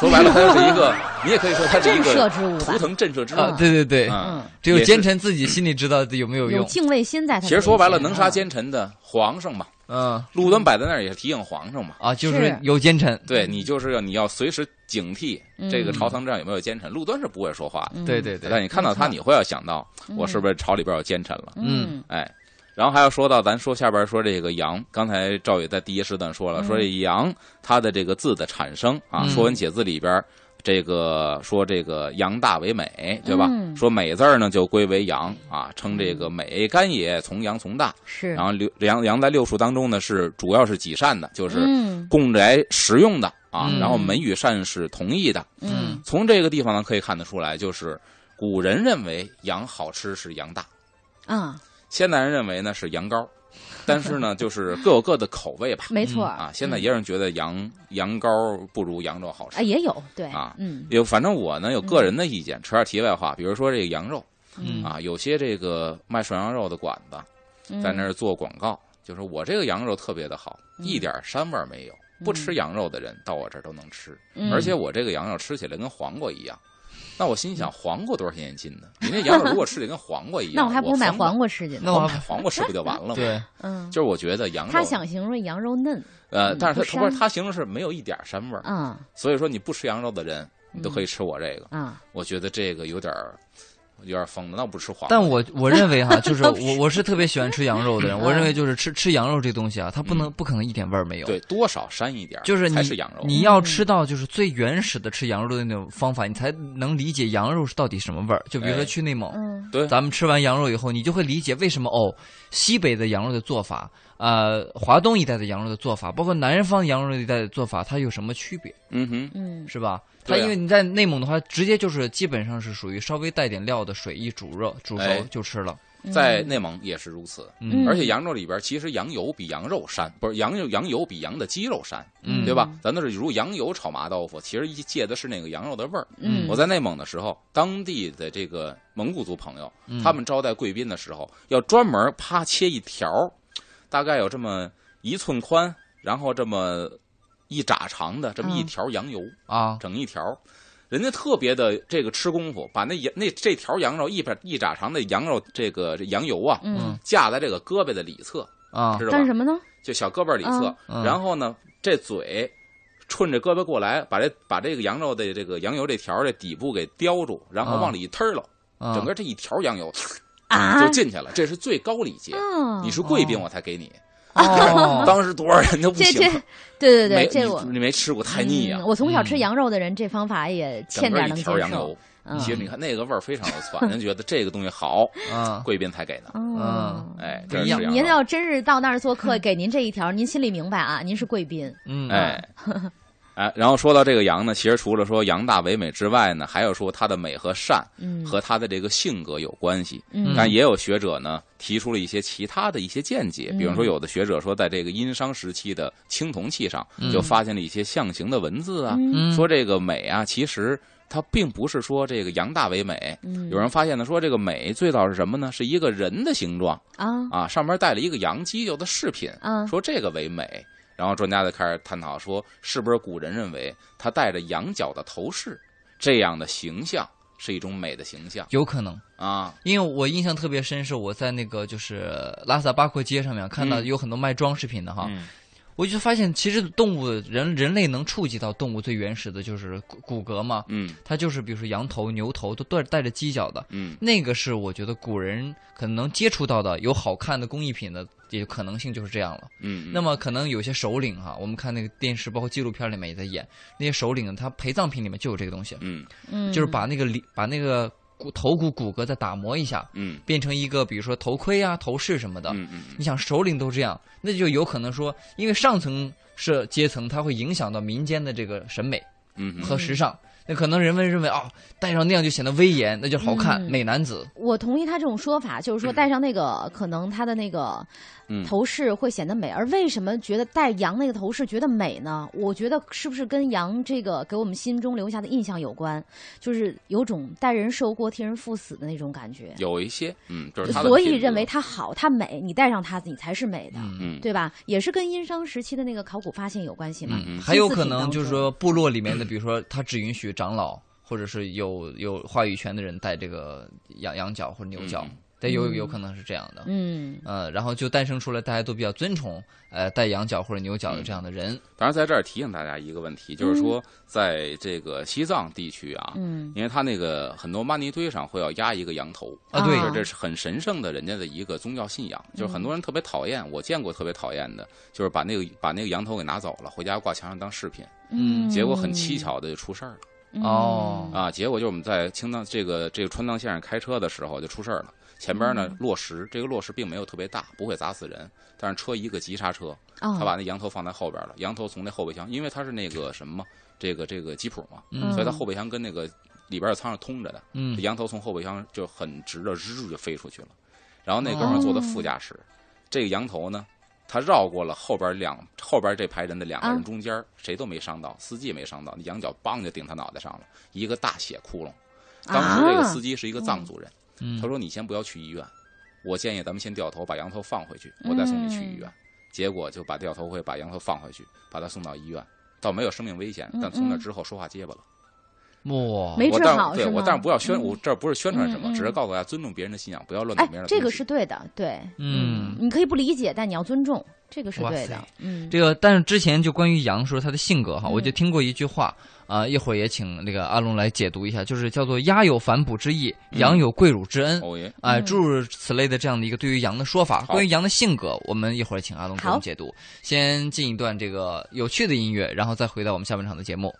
S3: 说白了，它就是一 个，你也可以说它是一
S2: 震慑
S3: 个
S2: 之物
S3: 图
S2: 吧，
S3: 腾震慑之物。
S1: 啊，对对对，
S3: 嗯，
S1: 只有
S3: 也是
S1: 奸臣自己心里知道有没有
S2: 有
S1: 用，
S2: 敬畏心在他。
S3: 其实说白了，
S2: 嗯
S3: 能杀，奸臣的皇上嘛，
S1: 嗯
S3: 路端摆在那儿也是提醒皇上嘛。
S1: 啊，就是是有奸臣，
S3: 对你就是要你要随时警惕
S2: 嗯
S3: 这个朝堂上有没有奸臣。路端是不会说话的，
S2: 嗯
S1: 对对对，
S3: 但你看到他，
S2: 没错
S3: 你会要想到
S2: 嗯
S3: 我是不是朝里边有奸臣了？
S2: 嗯
S3: 哎，然后还要说到，咱说下边说这个羊，刚才赵宇在第一时段说了，
S2: 嗯
S3: 说这羊它的这个字的产生啊，
S1: 嗯
S3: 说文解字》里边这个说这个羊大为美，对吧？
S2: 嗯
S3: 说美字儿呢就归为羊啊，称这个美干也，从羊从大。
S2: 是，
S3: 然后六羊羊在六数当中呢是主要是己善的，就是
S2: 嗯
S3: 供宅实用的啊，
S1: 嗯
S3: 然后门与善是同义的。
S2: 嗯
S3: 从这个地方呢可以看得出来，就是古人认为羊好吃是羊大。
S2: 啊，
S3: 现代人认为呢是羊羔， 但是呢，就是各有各的口味 吧。
S2: 没错嗯
S3: 啊，现在也有人觉得羊羊羔不如羊肉好
S2: 啊
S3: 吃。
S2: 也有对
S3: 啊
S2: 嗯
S3: 有，反正我呢有个人的意见，扯点题外话，比如说这个羊肉
S1: 嗯
S3: 啊，有些这个卖涮羊肉的馆子
S2: 嗯
S3: 在那儿做广告，就说我这个羊肉特别的好，
S2: 嗯
S3: 一点膻味儿没有，不吃羊肉的人到我这儿都能吃，
S2: 嗯
S3: 而且我这个羊肉吃起来跟黄瓜一样。那我心想，黄瓜多少钱一斤呢？你那羊肉如果吃的跟黄瓜一样，
S2: 嗯 那我还不如买
S3: 黄瓜
S2: 黄瓜吃去呢
S1: 那。我
S3: 我买 黄瓜吃不就完了吗？
S1: 对，
S2: 嗯，
S3: 就是我觉得羊肉，
S2: 他想形容羊肉嫩，
S3: 呃，
S2: 嗯
S3: 但是
S2: 不
S3: 他他不
S2: 膻
S3: 是他形容是没有一点儿膻味儿，
S2: 嗯
S3: 所以说你不吃羊肉的人，你都可以吃我这个。
S2: 啊，
S3: 我觉得这个有点儿有点儿疯了，那我不吃黄瓜。
S1: 但我我认为哈， 就是我我是特别喜欢吃羊肉
S3: 嗯
S1: 的人，我认为就是吃吃羊肉这东西啊，它不能不可能一点味儿没有。
S3: 对多少膻一点儿，
S1: 就是你
S3: 才是羊肉。
S1: 你要吃到就是最原始的吃羊肉的那种方法，你才能理解羊肉是到底什么味儿。就比如说
S3: 哎
S1: 去内蒙，
S2: 嗯
S3: 对
S1: 咱们吃完羊肉以后，你就会理解为什么哦，西北的羊肉的做法，呃，华东一带的羊肉的做法，包括南方羊肉一带的做法，它有什么区别，
S3: 嗯哼，
S2: 嗯
S1: 是吧？它
S3: 对啊
S1: 因为你在内蒙的话，直接就是基本上是属于稍微带点料的水一煮热煮熟
S3: 哎
S1: 就吃了。
S2: 嗯
S3: 在内蒙也是如此。
S2: 嗯
S3: 而且羊肉里边，其实羊油比羊肉膻，不是羊肉羊油比羊的鸡肉膻，
S1: 嗯
S3: 对吧？咱都是如羊油炒麻豆腐，其实借的是那个羊肉的味儿。
S2: 嗯
S3: 我在内蒙的时候，当地的这个蒙古族朋友，
S1: 嗯
S3: 他们招待贵宾的时候，要专门啪切一条儿，大概有这么一寸宽，然后这么一拃长的这么一
S2: 嗯
S3: 条羊油，
S1: 啊，
S3: 整一条儿。人家特别的这个吃功夫，把那羊那这条羊肉一把一拃长的羊肉这个这羊油啊，
S2: 嗯哦
S3: 架在这个胳膊的里侧，
S1: 啊
S3: 知道
S2: 干
S3: 吧
S2: 什？么呢？
S3: 就小胳膊里侧，
S1: 嗯
S3: 然后呢，这嘴顺着胳膊过来，把这把这个羊肉的这个羊油这条儿这底部给叼住，然后
S1: 啊
S3: 往里一吞儿了，
S1: 啊，
S3: 整个这一条羊油嗯
S2: 啊
S3: 就进去了，这是最高礼节。
S2: 啊
S3: 你是贵宾，我才给你。
S1: 哦，
S3: 当时多少人都不
S2: 这
S3: 行
S2: 这，对对
S3: 没
S2: 对，这
S3: 你
S2: 我
S3: 你没吃过太腻呀啊
S2: 嗯。我从小
S1: 嗯
S2: 吃羊肉的人，这方法也欠
S3: 整个
S2: 点
S3: 一
S2: 能接
S3: 条羊
S2: 受
S3: 油，。
S2: 嗯
S3: 其实你看那个味儿非常的 窜，人觉得这个东西好，
S1: 啊，
S3: 贵宾才给呢。
S2: 哦，
S3: 哎，
S1: 不
S3: 这
S1: 一
S3: 是
S1: 样
S3: 羊
S2: 您
S3: 肉。
S2: 要真是到那儿做 客，给您这一条，您心里明白啊，您是贵宾。
S1: 嗯，
S3: 哎。哎，然后说到这个羊呢，其实除了说羊大为美之外呢，还有说它的美和善
S2: 嗯，
S3: 和它的这个性格有关系。
S2: 嗯
S3: 但也有学者呢提出了一些其他的一些见
S2: 嗯
S3: 解，比如说有的学者说，在这个殷商时期的青铜器上就发现了一些象形的文字啊，
S2: 嗯
S1: 嗯，
S3: 说这个美啊，其实它并不是说这个羊大为美。
S2: 嗯
S3: 有人发现呢，说这个美最早是什么呢？是一个人的形状
S2: 啊
S3: 啊，上面带了一个羊犄角的饰品，
S2: 啊
S3: 说这个为美。然后专家就开始探讨说，是不是古人认为它戴着羊角的头饰这样的形象是一种美的形象
S1: 有可能。
S3: 啊？
S1: 因为我印象特别深，是我在那个就是拉萨巴阔街上面看到
S3: 嗯
S1: 有很多卖装饰品的哈，
S3: 嗯
S1: 我就发现其实动物人人类能触及到动物最原始的就是骨骨骼嘛，
S3: 嗯
S1: 它就是比如说羊头、牛头都带带着犄角的，
S3: 嗯，
S1: 那个是我觉得古人可能能接触到的有好看的工艺品的也可能性就是这样了。
S3: 嗯，
S1: 那么可能有些首领哈、我们看那个电视包括纪录片里面也在演那些首领，他陪葬品里面就有这个东西，
S3: 嗯
S2: 嗯，
S1: 就是把那个里把那个骨头骨骨骼再打磨一下。
S3: 嗯
S1: 变成一个比如说头盔啊、头饰什么的。
S3: 嗯嗯
S1: 你想首领都这样，那就有可能说，因为上层是阶层，它会影响到民间的这个审美
S3: 嗯嗯
S1: 和时尚。那可能人们认为哦，戴上那样就显得威严，那就是好看、
S2: 嗯
S1: 美男子。
S2: 我同意他这种说法，就是说戴上那个，可能他的那个
S3: 嗯
S2: 头饰会显得美。而为什么觉得戴羊那个头饰觉得美呢？我觉得是不是跟羊这个给我们心中留下的印象有关？就是有种代人受过、替人赴死的那种感觉，
S3: 有一些，嗯，就是他的
S2: 所
S3: 品
S2: 以
S3: 质
S2: 认为它好，它美，你戴上它，你才是美的。
S1: 嗯，
S3: 嗯
S2: 对吧？也是跟殷商时期的那个考古发现有关系嘛。
S3: 嗯嗯
S1: 还有
S2: 金
S1: 可
S2: 字体
S1: 能
S2: 当
S1: 就是
S2: 中，
S1: 说部落里面 的，比如说他只允许长老或者是有有话语权的人戴这个羊羊角或者牛角。
S3: 嗯
S1: 对，有
S2: 嗯
S1: 有可能是这样的。
S2: 嗯
S1: 呃，然后就诞生出了大家都比较尊崇呃带羊角或者牛角的这样的人。
S3: 当然，在这儿提醒大家一个问题，就是说，在这个西藏地区啊，
S2: 嗯
S3: 因为它那个很多玛尼堆上会要压一个羊头，
S1: 啊对
S3: 这这是很神圣的人家的一个宗教信仰。
S1: 嗯
S3: 就是很多人特别讨厌，我见过特别讨厌的，就是把那个把那个羊头给拿走了，回家挂墙上当饰品，
S1: 嗯
S3: 结果很蹊跷的就出事儿了
S2: 嗯
S1: 哦
S3: 啊！结果就是我们在青藏这个这个川藏线上开车的时候就出事儿了。前边
S1: 嗯
S3: 呢落石，这个落石并没有特别大，不会砸死人，但是车一个急刹车，
S1: 嗯
S2: 啊，
S3: 他把那羊头放在后边了，羊头从那后备箱，因为它是那个什么嘛，这个这个吉普嘛，
S1: 嗯
S3: 所以它后备箱跟那个里边的舱是通着的，
S1: 嗯
S3: 这羊头从后备箱就很直的日就飞出去了，然后那哥们儿坐在副驾驶，这个羊头呢，他绕过了后边两后边这排人的两个人
S2: 啊
S3: 中间，谁都没伤到，司机也没伤到，那羊角梆就顶他脑袋上了，一个大血窟窿。当时这个司机是一个藏族人，
S1: 嗯
S3: 他说你先不要去医院，我建议咱们先掉头把羊头放回去，我再送你去医院。结果就把掉头会把羊头放回去，把他送到医院，倒没有生命危险，
S2: 嗯
S3: 但从那
S2: 嗯
S3: 之后说话结巴了。
S1: 哇，
S2: 没
S3: 我
S2: 治
S3: 但
S2: 哎好
S3: 对
S2: 是
S3: 我
S2: 吗
S3: 但是不要宣，我这不是宣传
S2: 嗯
S3: 什么，
S2: 嗯
S3: 只是告诉大家尊重别人的信仰，不要乱动
S2: 哎
S3: 别人，的东西。
S2: 这个是对的，对，
S1: 嗯
S2: 你可以不理解，但你要尊重，这个是
S1: 哇
S2: 对
S1: 塞
S2: 的，嗯，
S1: 这个，但是之前就关于羊说他的性格哈，
S2: 嗯
S1: 我就听过一句话啊、一会儿也请那个阿龙来解读一下，就是叫做“鸭有反哺之意，
S3: 嗯
S1: 羊有跪乳之恩”，
S3: 哦耶，
S1: 哎、
S2: 嗯
S1: 诸如此类的这样的一个对于羊的说法。
S3: 好
S1: 关于羊的性格，我们一会儿请阿龙给我
S2: 好
S1: 们解读。先进一段这个有趣的音乐，然后再回到我们下半场的节目。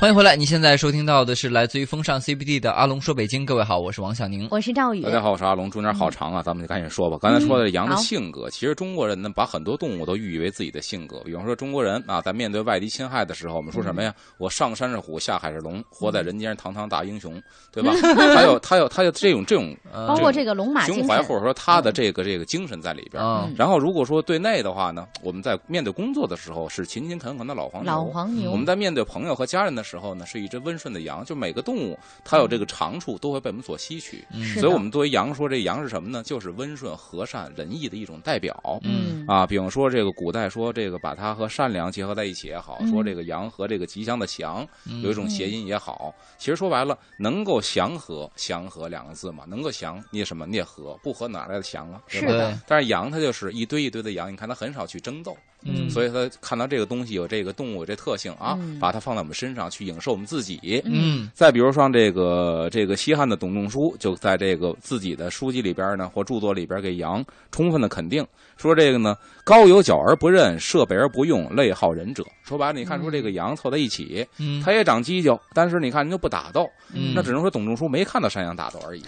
S1: 欢迎回来！你现在收听到的是来自于风尚 CBD 的阿龙说北京。各位好，我是王小宁。
S2: 我是赵宇
S3: 大，家好，我是阿龙，中间好长啊，咱们就赶紧说吧。刚才说的羊的
S2: 嗯好
S3: 性格，其实中国人呢，把很多动物都寓意为自己的性格。比方说中国人啊，在面对外敌侵害的时候，我们说什么呀？
S2: 嗯
S3: 我上山是虎，下海是龙，活在人间堂堂大英雄，对 吧？他有他有他有这种这种
S1: 呃
S2: 包括
S3: 这
S2: 这个龙马精
S3: 胸
S2: 神
S3: 怀，或者说他的这个这个精神在里边。
S1: 嗯
S2: 嗯
S3: 然后如果说对内的话呢，我们在面对工作的时候是勤勤恳恳的老黄牛，
S2: 老黄牛，
S3: 我们在面对朋友和家人的时候呢，是一只温顺的羊。就每个动物它有这个长处，都会被我们所吸取。
S1: 嗯
S2: 是
S3: 所以，
S2: 的
S3: 我们作为羊说，这羊是什么呢？就是温顺、和善、仁义的一种代表。
S2: 嗯
S3: 啊，比方说这个古代说这个把它和善良结合在一起也好，
S2: 嗯
S3: 说这个羊和这个吉祥的祥
S1: 嗯
S3: 有一种谐音也好，其实说白了，能够祥和，祥和两个字嘛，能够祥，你也什么你也和，不和哪来的祥啊？对
S2: 是
S3: 吧？
S2: 的
S1: 对
S3: 但是羊它就是一堆一堆的羊，你看它很少去争斗，
S1: 嗯，
S3: 所以他看到这个东西有这个动物有这特性啊，
S2: 嗯
S3: 把它放在我们身上去影射我们自己。
S1: 嗯
S3: 再比如像这个这个西汉的董仲舒，就在这个自己的书籍里边呢，或著作里边给羊充分的肯定，说这个呢，高有角而不任，设备而不用，类好仁者。说白了，你看说这个羊凑在一起，
S1: 嗯，
S3: 它也长犄角，但是你看人家不打斗，
S1: 嗯
S3: 那只能说董仲舒没看到山羊打斗而 已。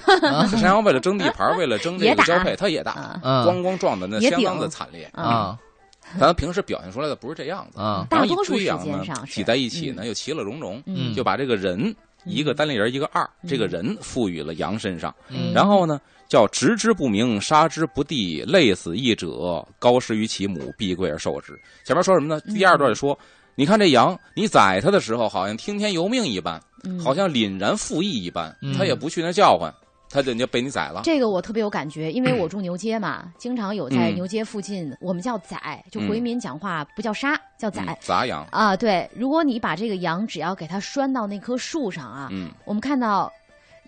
S3: 这山羊为了争地盘，为了争这
S2: 也
S3: 个
S2: 打
S3: 交配，它也打，
S2: 啊
S1: 嗯
S3: 咣咣撞的那
S2: 也
S3: 相当
S2: 顶
S3: 的惨烈。
S1: 啊
S3: 咱平时表现出来的不是这样子。
S1: 啊
S2: 大
S3: 然后一
S2: 多数
S3: 堆
S2: 时
S3: 羊
S2: 间
S3: 呢
S2: 上是
S3: 挤在一起呢，又其乐融融，
S1: 嗯
S3: 就把这个人一个单立人一个二，
S2: 嗯
S3: 这个人赋予了羊身上，
S1: 嗯
S3: 然后呢叫执之不明，杀之不地，累死一者，高失于其母，必贵而受之。前面说什么呢？
S2: 嗯
S3: 第二段就说。你看这羊，你宰它的时候好像听天由命一般，
S2: 嗯
S3: 好像凛然附义一般，
S1: 嗯
S3: 它也不去那叫唤，它就就被你宰了。
S2: 这个我特别有感觉，因为我住牛街嘛，经常有在
S3: 嗯
S2: 牛街附近，我们叫宰，就
S3: 嗯
S2: 回民讲话不叫杀，叫宰
S3: 嗯、砸羊，
S2: 啊。对，如果你把这个羊只要给它拴到那棵树上啊，
S3: 嗯
S2: 我们看到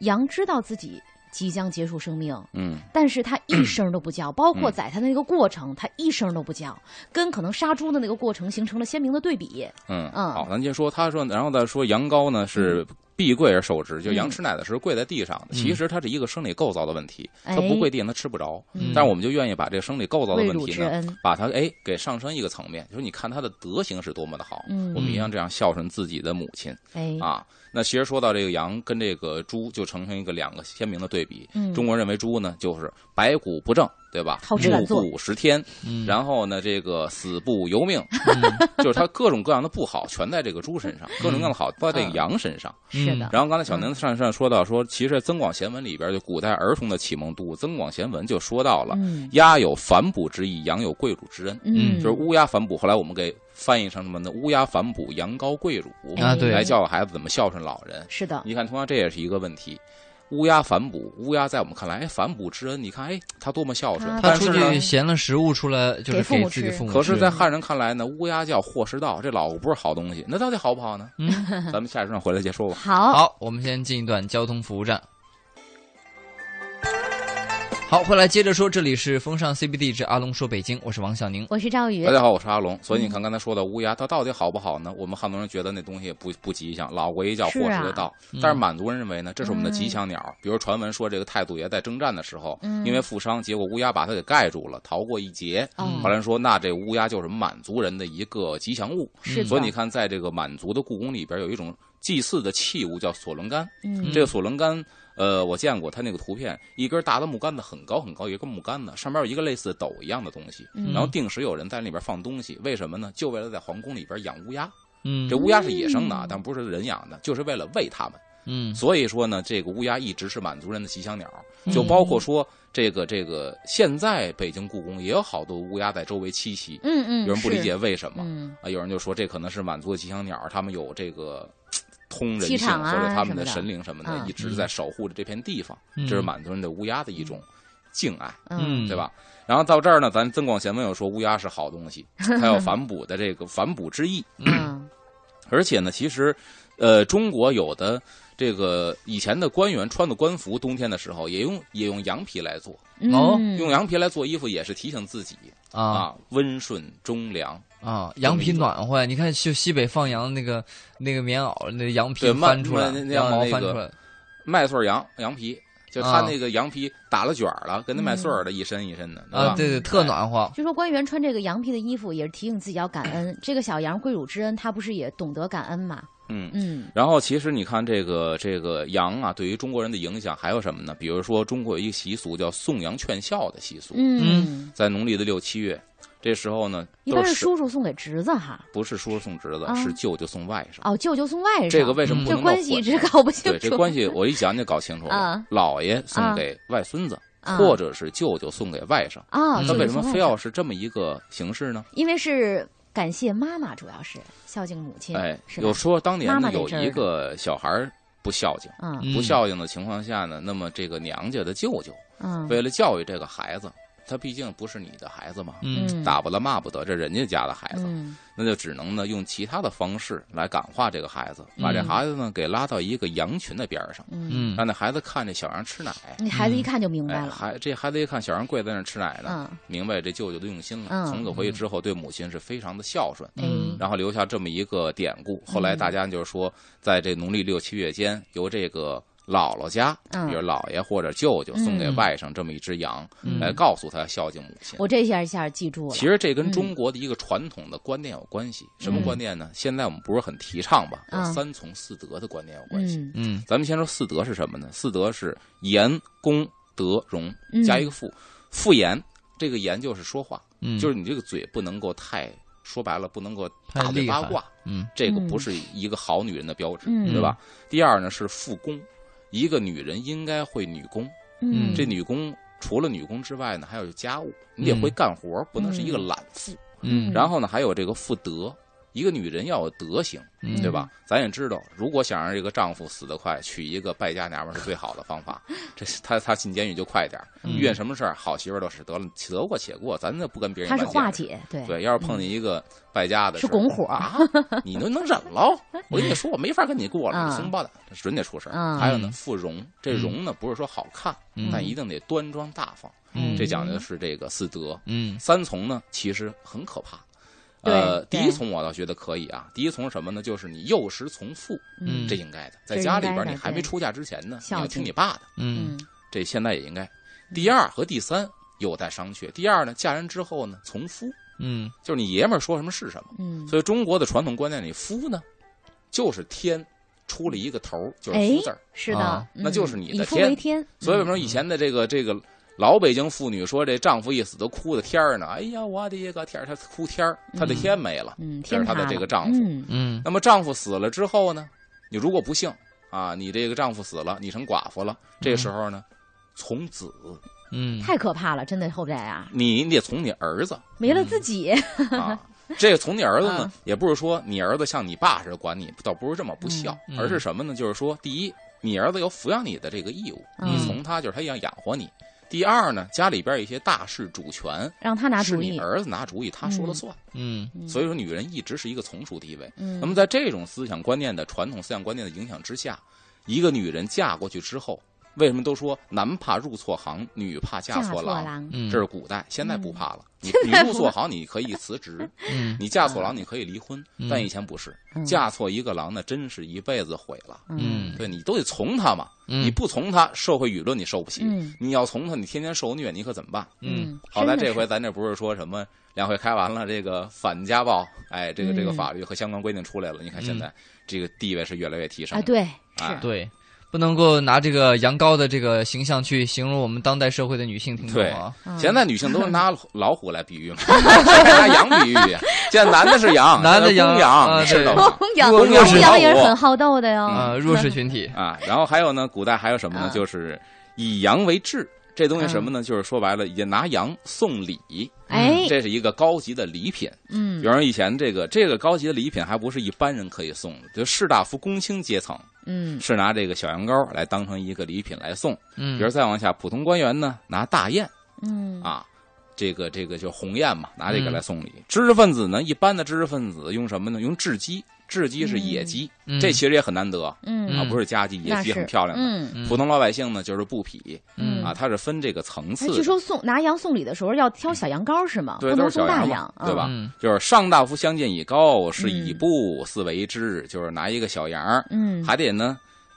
S2: 羊知道自己即将结束生命，
S3: 嗯，
S2: 但是它一声都不叫，包括宰它的那个过程，它一声都不叫，跟可能杀猪的那个过程形成了鲜明的对比。
S3: 嗯，
S2: 嗯
S3: 好，咱接着说，他说，然后再说羊羔呢是必跪而受之，
S2: 嗯
S3: 就羊吃奶的时候跪在地上
S1: 嗯
S3: 的，其实它是一个生理构造的问题，它
S2: 哎
S3: 不跪地上它吃不着，
S2: 嗯
S3: 但是我们就愿意把这个生理构造的
S2: 为
S3: 问
S2: 汝
S3: 题
S2: 之
S3: 呢，
S2: 恩，
S3: 把它哎给上升一个层面，就是你看它的德行是多么的好，
S2: 嗯
S3: 我们一样这样孝顺自己的母亲
S2: 哎，
S3: 啊。那其实说到这个羊跟这个猪，就呈现一个两个鲜明的对比。
S2: 嗯
S3: 中国认为猪呢就是白骨不正，对吧？
S2: 好吃懒做
S3: 暮不十天，
S1: 嗯
S3: 然后呢，这个死不由 命，嗯就是它各种各样的不好全在这个猪
S1: 嗯
S3: 身上，各种各样的好都在这个羊身上。
S2: 是的，
S3: 然后刚才小宁上上说到说，其实《增广贤文》里边就古代儿童的启蒙读物，《增广贤文》就说到了
S2: 嗯
S3: 鸭有反哺之意，羊有跪乳之恩，
S1: 嗯
S2: 嗯，
S3: 就是乌鸦反哺。后来我们给翻译成什么呢？乌鸦反哺，羊羔跪乳
S1: 啊对啊
S3: 来教育孩子怎么孝顺老人。
S2: 哎是的，
S3: 你看，同样这也是一个问题。乌鸦反哺，乌鸦在我们看来，哎，反哺之恩，你看，哎，它多么孝顺
S2: 它。
S1: 他
S3: 但
S1: 出
S3: 是呢，
S1: 去衔了食物出来，就是
S2: 给父母
S1: 自己
S2: 吃
S1: 父母吃。
S3: 嗯可是，在汉人看来呢，乌鸦叫祸食道，这老不是好东西。那到底 好不好呢？
S1: 嗯，
S3: 咱们下一站回来再说吧。
S2: 好，
S1: 好，我们先进一段交通服务站。好，回来接着说，这里是风尚 CBD 之阿龙说北京，我是王小宁。
S2: 我是赵宇
S3: 大。家好，我是阿龙。所以你看刚才说的乌鸦，它到底好不好呢？我们汉族人觉得那东西不不吉祥，老过一觉
S2: 是
S3: 祸
S2: 啊
S3: 时的到。但是满族人认为呢，这是我们的吉祥鸟。比如传闻说，这个太祖爷在征战的时候，因为负伤，结果乌鸦把它给盖住了，逃过一劫。
S2: 哦
S3: 后来说，那这乌鸦就是满族人的一个吉祥物。
S2: 是的，
S3: 所以你看，在这个满族的故宫里边，有一种祭祀的器物叫索伦杆。
S2: 嗯
S3: 这个索伦杆，呃，我见过它那个图片，一根大的木杆子，很高很高，有一根木杆子，上面有一个类似斗一样的东西，
S2: 嗯
S3: 然后定时有人在里边放东西，为什么呢？就为了在皇宫里边养乌鸦。
S1: 嗯
S3: 这乌鸦是野生的啊，但不是人养的，就是为了喂它们。
S1: 嗯
S3: 所以说呢，这个乌鸦一直是满族人的吉祥鸟，
S2: 嗯
S3: 就包括说这个这个，现在北京故宫也有好多乌鸦在周围栖息，
S2: 嗯嗯，
S3: 有人不
S2: 是
S3: 理解，为什么。
S2: 嗯
S3: 啊，有人就说这可能是满族的吉祥鸟，他们有这个嘖通人
S2: 气
S3: 性、
S2: 场啊
S3: 或者他
S2: 什
S3: 们
S2: 么
S3: 的
S2: 的
S3: 神灵什么的，
S2: 啊
S3: 一直在守护着这片地方。
S1: 嗯
S3: 这是满族人对乌鸦的一种敬爱，
S2: 嗯
S1: 嗯，
S3: 对？吧？然后到这儿呢，咱增广贤文又说乌鸦是好 东西，它有反哺的这个反哺之意。
S2: 嗯
S3: 而且呢，其实，呃，中国有的这个以前的官员穿的官服，冬天的时候也用也用羊皮来做，
S1: 哦
S2: 嗯
S3: 用羊皮来做衣服也是提醒自己
S1: 啊
S3: 啊温顺忠良。
S1: 啊，羊皮暖和呀！你看，就西北放羊那个那个棉袄，那羊皮
S3: 对慢
S1: 翻出来，
S3: 慢那
S1: 羊毛
S3: 那
S1: 翻
S3: 个
S1: 出来，
S3: 麦穗儿羊羊皮，就他
S1: 啊
S3: 那个羊皮打了卷儿了，跟那麦穗儿的
S2: 嗯
S3: 一身一身的，对
S1: 啊，
S3: 吧？
S1: 对对，特暖和。
S2: 就说官员穿这个羊皮的衣服，也是提醒自己要感恩。这个小羊跪乳之恩，他不是也懂得感恩嘛？
S3: 嗯。
S2: 嗯
S3: 然后其实你看这个这个羊啊，对于中国人的影响还有什么呢？比如说中国有一个习俗叫送羊劝孝的习俗，
S2: 嗯，
S3: 在农历的六七月，这时候呢，
S2: 一
S3: 都
S2: 般是
S3: 是
S2: 叔叔送给侄子哈，
S3: 不是叔叔送侄子，
S2: 啊
S3: 是舅舅送外甥。
S2: 哦，舅舅送外甥，
S3: 这个为什么不
S2: 这
S3: 能够
S2: 关系一直搞不清
S3: 对
S2: 楚。
S3: 这关系，我一讲就搞清楚了
S2: 啊。
S3: 姥爷送
S2: 啊
S3: 给外孙子，
S2: 啊
S3: 或者是舅舅送给外甥，
S2: 啊，
S1: 嗯
S2: 舅
S3: 那
S2: 舅
S3: 为什
S2: 送
S3: 么
S2: 外
S3: 非
S2: 甥
S3: 要？是这么一个形式呢？
S2: 因为是感谢妈妈，主要是孝敬母亲，
S3: 哎，
S2: 是吧
S3: 有？说当年
S2: 妈
S3: 呢
S2: 妈那
S3: 有
S2: 阵儿
S3: 一
S2: 的
S3: 个小孩儿不孝敬，
S2: 嗯
S1: 嗯
S3: 不孝敬的情况下呢，那么这个娘家的舅舅
S2: 嗯
S3: 为了教育这个孩子，他毕竟不是你的孩子嘛，
S1: 嗯
S2: 嗯，
S3: 打不了骂不得，这人家家的孩子，
S2: 嗯
S3: 那就只能呢用其他的方式来感化这个孩子，把这
S1: 嗯
S3: 孩子呢给拉到一个羊群的边儿上，
S2: 嗯，
S1: 嗯
S3: 让那孩子看这小羊吃奶。
S2: 那孩子一看就嗯明白
S3: 哎，
S2: 了，
S3: 孩这孩子一看小羊跪在那儿吃奶呢，
S2: 嗯，
S3: 明白这舅舅的用心了。
S2: 嗯
S3: 从此回去之后，对母亲是非常的孝顺。
S2: 哎
S1: 嗯
S3: 然后留下这么一个典故。后来大家就是说，在这农历六七月间，由这个姥姥家，
S2: 嗯
S3: 比如姥爷或者舅舅送给
S1: 嗯
S3: 外甥这么一只羊，
S1: 嗯
S3: 来告诉他孝敬母亲。
S2: 我这下一下记住了，
S3: 其实这跟
S2: 嗯
S3: 中国的一个传统的观念有关系，什
S1: 嗯
S3: 么观念呢？现在我们不是很提倡吧？
S2: 嗯
S3: 有三从四德的观念有关系。
S2: 嗯
S1: 嗯
S3: 咱们先说四德是什么呢？四德是言、公、德、容，
S2: 嗯
S3: 加一个父。父言，这个言就是说话，
S1: 嗯，
S3: 就是你这个嘴不能够太说白了，不能够
S1: 太
S3: 大嘴
S1: 厉
S3: 八
S1: 害
S3: 卦。
S1: 嗯
S3: 这个
S2: 嗯
S3: 不是一个好女人的标志，
S2: 嗯
S3: 对吧？第二呢是复工，一个女人应该会女工。
S2: 嗯，
S3: 这女工除了女工之外呢，还有家务，你得
S1: 嗯
S3: 会干活，不能是一个懒妇。
S1: 嗯
S3: 然后呢，还有这个妇德，一个女人要有德行，
S1: 嗯
S3: 对吧？咱也知道，如果想让这个丈夫死得快，娶一个败家娘们儿是最好的方法。这是他他进监狱就快点儿，
S1: 嗯
S3: 遇见什么事儿，好媳妇儿都是得了得过且过，咱这不跟别人
S2: 他是
S3: 玩
S2: 化
S3: 见识
S2: 解，对嗯
S3: 对，要是碰见一个败家的
S2: 是
S3: 事儿，
S2: 拱火
S3: 啊，你能能忍喽？我跟你说，我没法跟你过了，
S2: 嗯
S3: 你怂包蛋，这准得出事儿。
S2: 嗯
S3: 还有呢，富容，这容呢不是说好看，
S1: 嗯
S3: 但一定得端庄大方，
S1: 嗯
S3: 这讲究的是这个四德。
S1: 嗯
S3: 三从呢，其实很可怕。
S2: 对
S3: 呃，第
S2: 对
S3: 一从我倒觉得可以啊。第一从是什么呢？就是你幼时从父，
S1: 嗯
S3: 这应该的。
S2: 这
S3: 在家里
S2: 应
S3: 边，
S2: 该的
S3: 你还没
S2: 对
S3: 出嫁之前呢，你
S2: 孝
S3: 要
S2: 敬
S3: 听你爸的。
S1: 嗯
S2: 嗯
S3: 这现在也应该。第二和第三有待商榷。第二呢，嫁人之后呢，从夫，
S1: 嗯
S3: 就是你爷们儿说什么是什么。
S2: 嗯，
S3: 所以中国的传统观念里，夫呢，就是天出了一个头儿，就是夫字儿。
S2: 是的
S1: 啊，
S2: 嗯
S3: 那就是你的
S2: 以父
S3: 天
S2: 为天，
S3: 所以为什么以前的这个这个老北京妇女说这丈夫一死都哭的天儿呢？哎呀，我的个天儿，她哭天儿，她的天没了。
S2: 嗯，
S3: 这
S2: 天
S3: 是他的
S2: 塌
S3: 这
S2: 了
S3: 个丈夫
S2: 嗯
S1: 嗯
S3: 那么丈夫死了之后呢？你如果不幸啊，你这个丈夫死了，你成寡妇了，这时候呢，从子，
S1: 嗯，
S2: 太可怕了，真的后代啊，
S3: 你你得从你儿子
S2: 没了自己，
S3: 啊。 这个从你儿子呢，也不是说你儿子像你爸似的管你，倒不是这么不孝，
S1: 嗯嗯
S3: 而是什么呢？就是说，第一，你儿子有抚养你的这个义务，
S2: 嗯
S3: 你从他就是他要养活你；第二呢，家里边一些大事主权
S2: 让他拿
S3: 是
S2: 主
S3: 你
S2: 意，
S3: 儿子拿主意，他说了算。
S1: 嗯
S3: 所以说，女人一直是一个从属地位。
S2: 嗯
S3: 那么，在这种思想观念的传统思想观念的影响之下，一个女人嫁过去之后，为什么都说男怕入错行，女怕嫁错啊郎？
S2: 郎，
S1: 嗯，
S3: 这是古代，现在不怕了。你
S2: 现
S3: 你
S2: 在不
S3: 入错行，你可以辞职；
S1: 嗯
S3: 你嫁错郎，你可以离婚。
S1: 嗯
S3: 但以前不是，
S2: 嗯
S3: 嫁错一个郎，那真是一辈子毁了。
S1: 嗯
S3: 对你都得从他嘛，
S1: 嗯
S3: 你不从他，社会舆论你受不起；
S2: 嗯
S3: 你要从他，你天天受虐，你可怎么办？
S1: 嗯，
S3: 好在
S2: 真的
S3: 这
S2: 是
S3: 回咱这不是说什么两会开完了，这个反家暴，哎，这个这个
S2: 嗯
S3: 法律和相关规定出来了，你看现在这个地位是越来越提升
S2: 啊，
S3: 了。
S2: 对，
S3: 哎
S2: 是，
S1: 对，不能够拿这个羊羔的这个形象去形容我们当代社会的女性听众啊。
S2: 嗯
S3: 现在女性都 是拿老虎来比喻嘛， 拿羊比喻，现在男的是 羊，
S1: 男的
S3: 是公
S1: 羊
S3: 羊，
S1: 啊
S3: 你知道吗？
S2: 公羊，
S1: 如果
S2: 公
S1: 若是
S2: 羊也是很好斗的哟。
S3: 嗯
S1: 啊，弱势群体，
S3: 啊，然后还有呢，古代还有什么呢？
S2: 嗯
S3: 就是以羊为质，这东西什么呢？就是说白了，也拿羊送礼，
S2: 哎，
S3: 嗯这是一个高级的礼品。
S2: 嗯
S3: 有人以前这个这个高级的礼品还不是一般人可以送的，就士大夫、公卿阶层
S2: 嗯，
S3: 是拿这个小羊羔来当成一个礼品来送。比如
S1: 嗯
S3: 再往下，普通官员呢拿大雁
S2: 嗯
S3: 啊，这个这个就鸿雁嘛，拿这个
S1: 嗯
S3: 来送礼。知识分子呢，一般的知识分子用什么呢？用雉鸡，雉鸡是野鸡，
S1: 嗯，
S3: 这其实也很难得
S2: 嗯，
S3: 啊，
S1: 嗯
S3: 不是家鸡，野
S2: 那
S3: 鸡
S2: 是
S3: 很漂亮的。
S2: 嗯
S1: 嗯
S3: 普通老百姓呢，就是布匹
S1: 嗯
S3: 啊，它是分这个层
S2: 哎
S3: 次
S2: 据
S3: 的，
S2: 说送拿羊送礼的时候要挑小羊羔是吗？
S3: 对
S2: 不
S3: 都
S2: 能
S3: 是小
S2: 送大
S3: 羊嘛
S2: 羊，
S3: 对吧
S1: 嗯
S3: 就是上大夫相见以高，是以
S2: 嗯
S3: 布四为之，就是拿一个小羊儿，
S2: 嗯？
S3: 还得呢。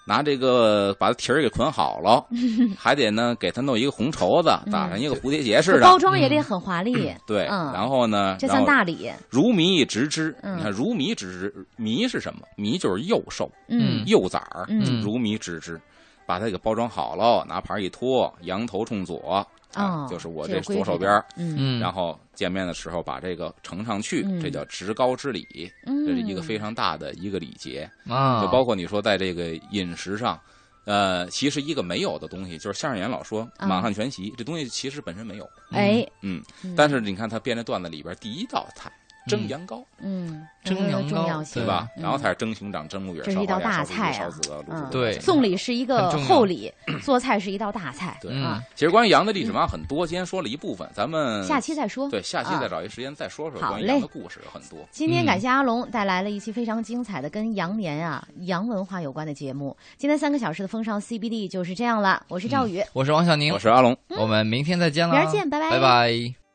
S3: 拿这个把它蹄儿给捆好了， 还得呢给它弄一个红绸子，打上一个蝴蝶结似
S2: 嗯，
S3: 的
S2: 包，装也得很华丽，
S3: 对，
S2: 嗯
S3: 然后呢，
S2: 这
S3: 然
S2: 算
S3: 后
S2: 大礼。
S3: 如迷直之，
S2: 嗯
S3: 你看如迷直之，迷是什么？迷就是幼兽、
S2: 嗯
S3: 幼崽儿，
S2: 嗯
S3: 如迷直之，把它给包装好喽，拿牌一托，羊头冲左，啊，
S2: 哦
S3: 就是我
S2: 这有规
S3: 左手
S2: 矩的
S3: 边儿，
S2: 嗯
S1: 嗯，
S3: 然后见面的时候把这个呈上去，
S2: 嗯
S3: 这叫至高之礼，
S2: 嗯，
S3: 这是一个非常大的一个礼节，
S1: 后啊，
S3: 就包括你说在这个饮食上。呃，其实一个没有的东西，就是相声演员老说
S2: 嗯
S3: 满汉全席，这东西其实本身没有，
S2: 哎，
S3: 嗯，
S2: 嗯
S3: 但是你看他编这段子里边第一道菜蒸
S1: 嗯
S3: 羊羔，
S2: 嗯，
S1: 蒸
S2: 有它的
S1: 羊
S2: 重
S1: 羔
S2: 要
S1: 对
S2: 性
S3: 对吧？
S2: 嗯
S3: 然后它是蒸熊掌、蒸鹿尾，
S2: 这是
S3: 烧
S2: 一道
S3: 花鸭
S2: 大
S3: 烧
S2: 菜
S3: 猪
S2: 啊
S3: 烧子啊，
S2: 嗯
S3: 卤
S1: 对
S2: 送礼是一个
S1: 很重要
S2: 厚礼，做菜是一道大菜。
S3: 对
S1: 嗯
S2: 啊，
S3: 其实关于羊的历史嘛很多，今天说了一部分，咱们
S2: 下期再说。
S3: 嗯对下期
S2: 啊
S3: 再找一时间再说说
S2: 好
S3: 关于羊
S2: 嘞
S3: 的故事，很多。
S2: 今天感谢阿龙带来了一期非常精彩的跟羊年啊、羊文化有关的节目。今天三个小时的风尚 CBD 就是这样了，我是赵宇，
S1: 我是王小宁
S3: 我，是阿龙。
S1: 我们明天再见了，
S2: 明儿见拜拜
S1: 嗯拜拜。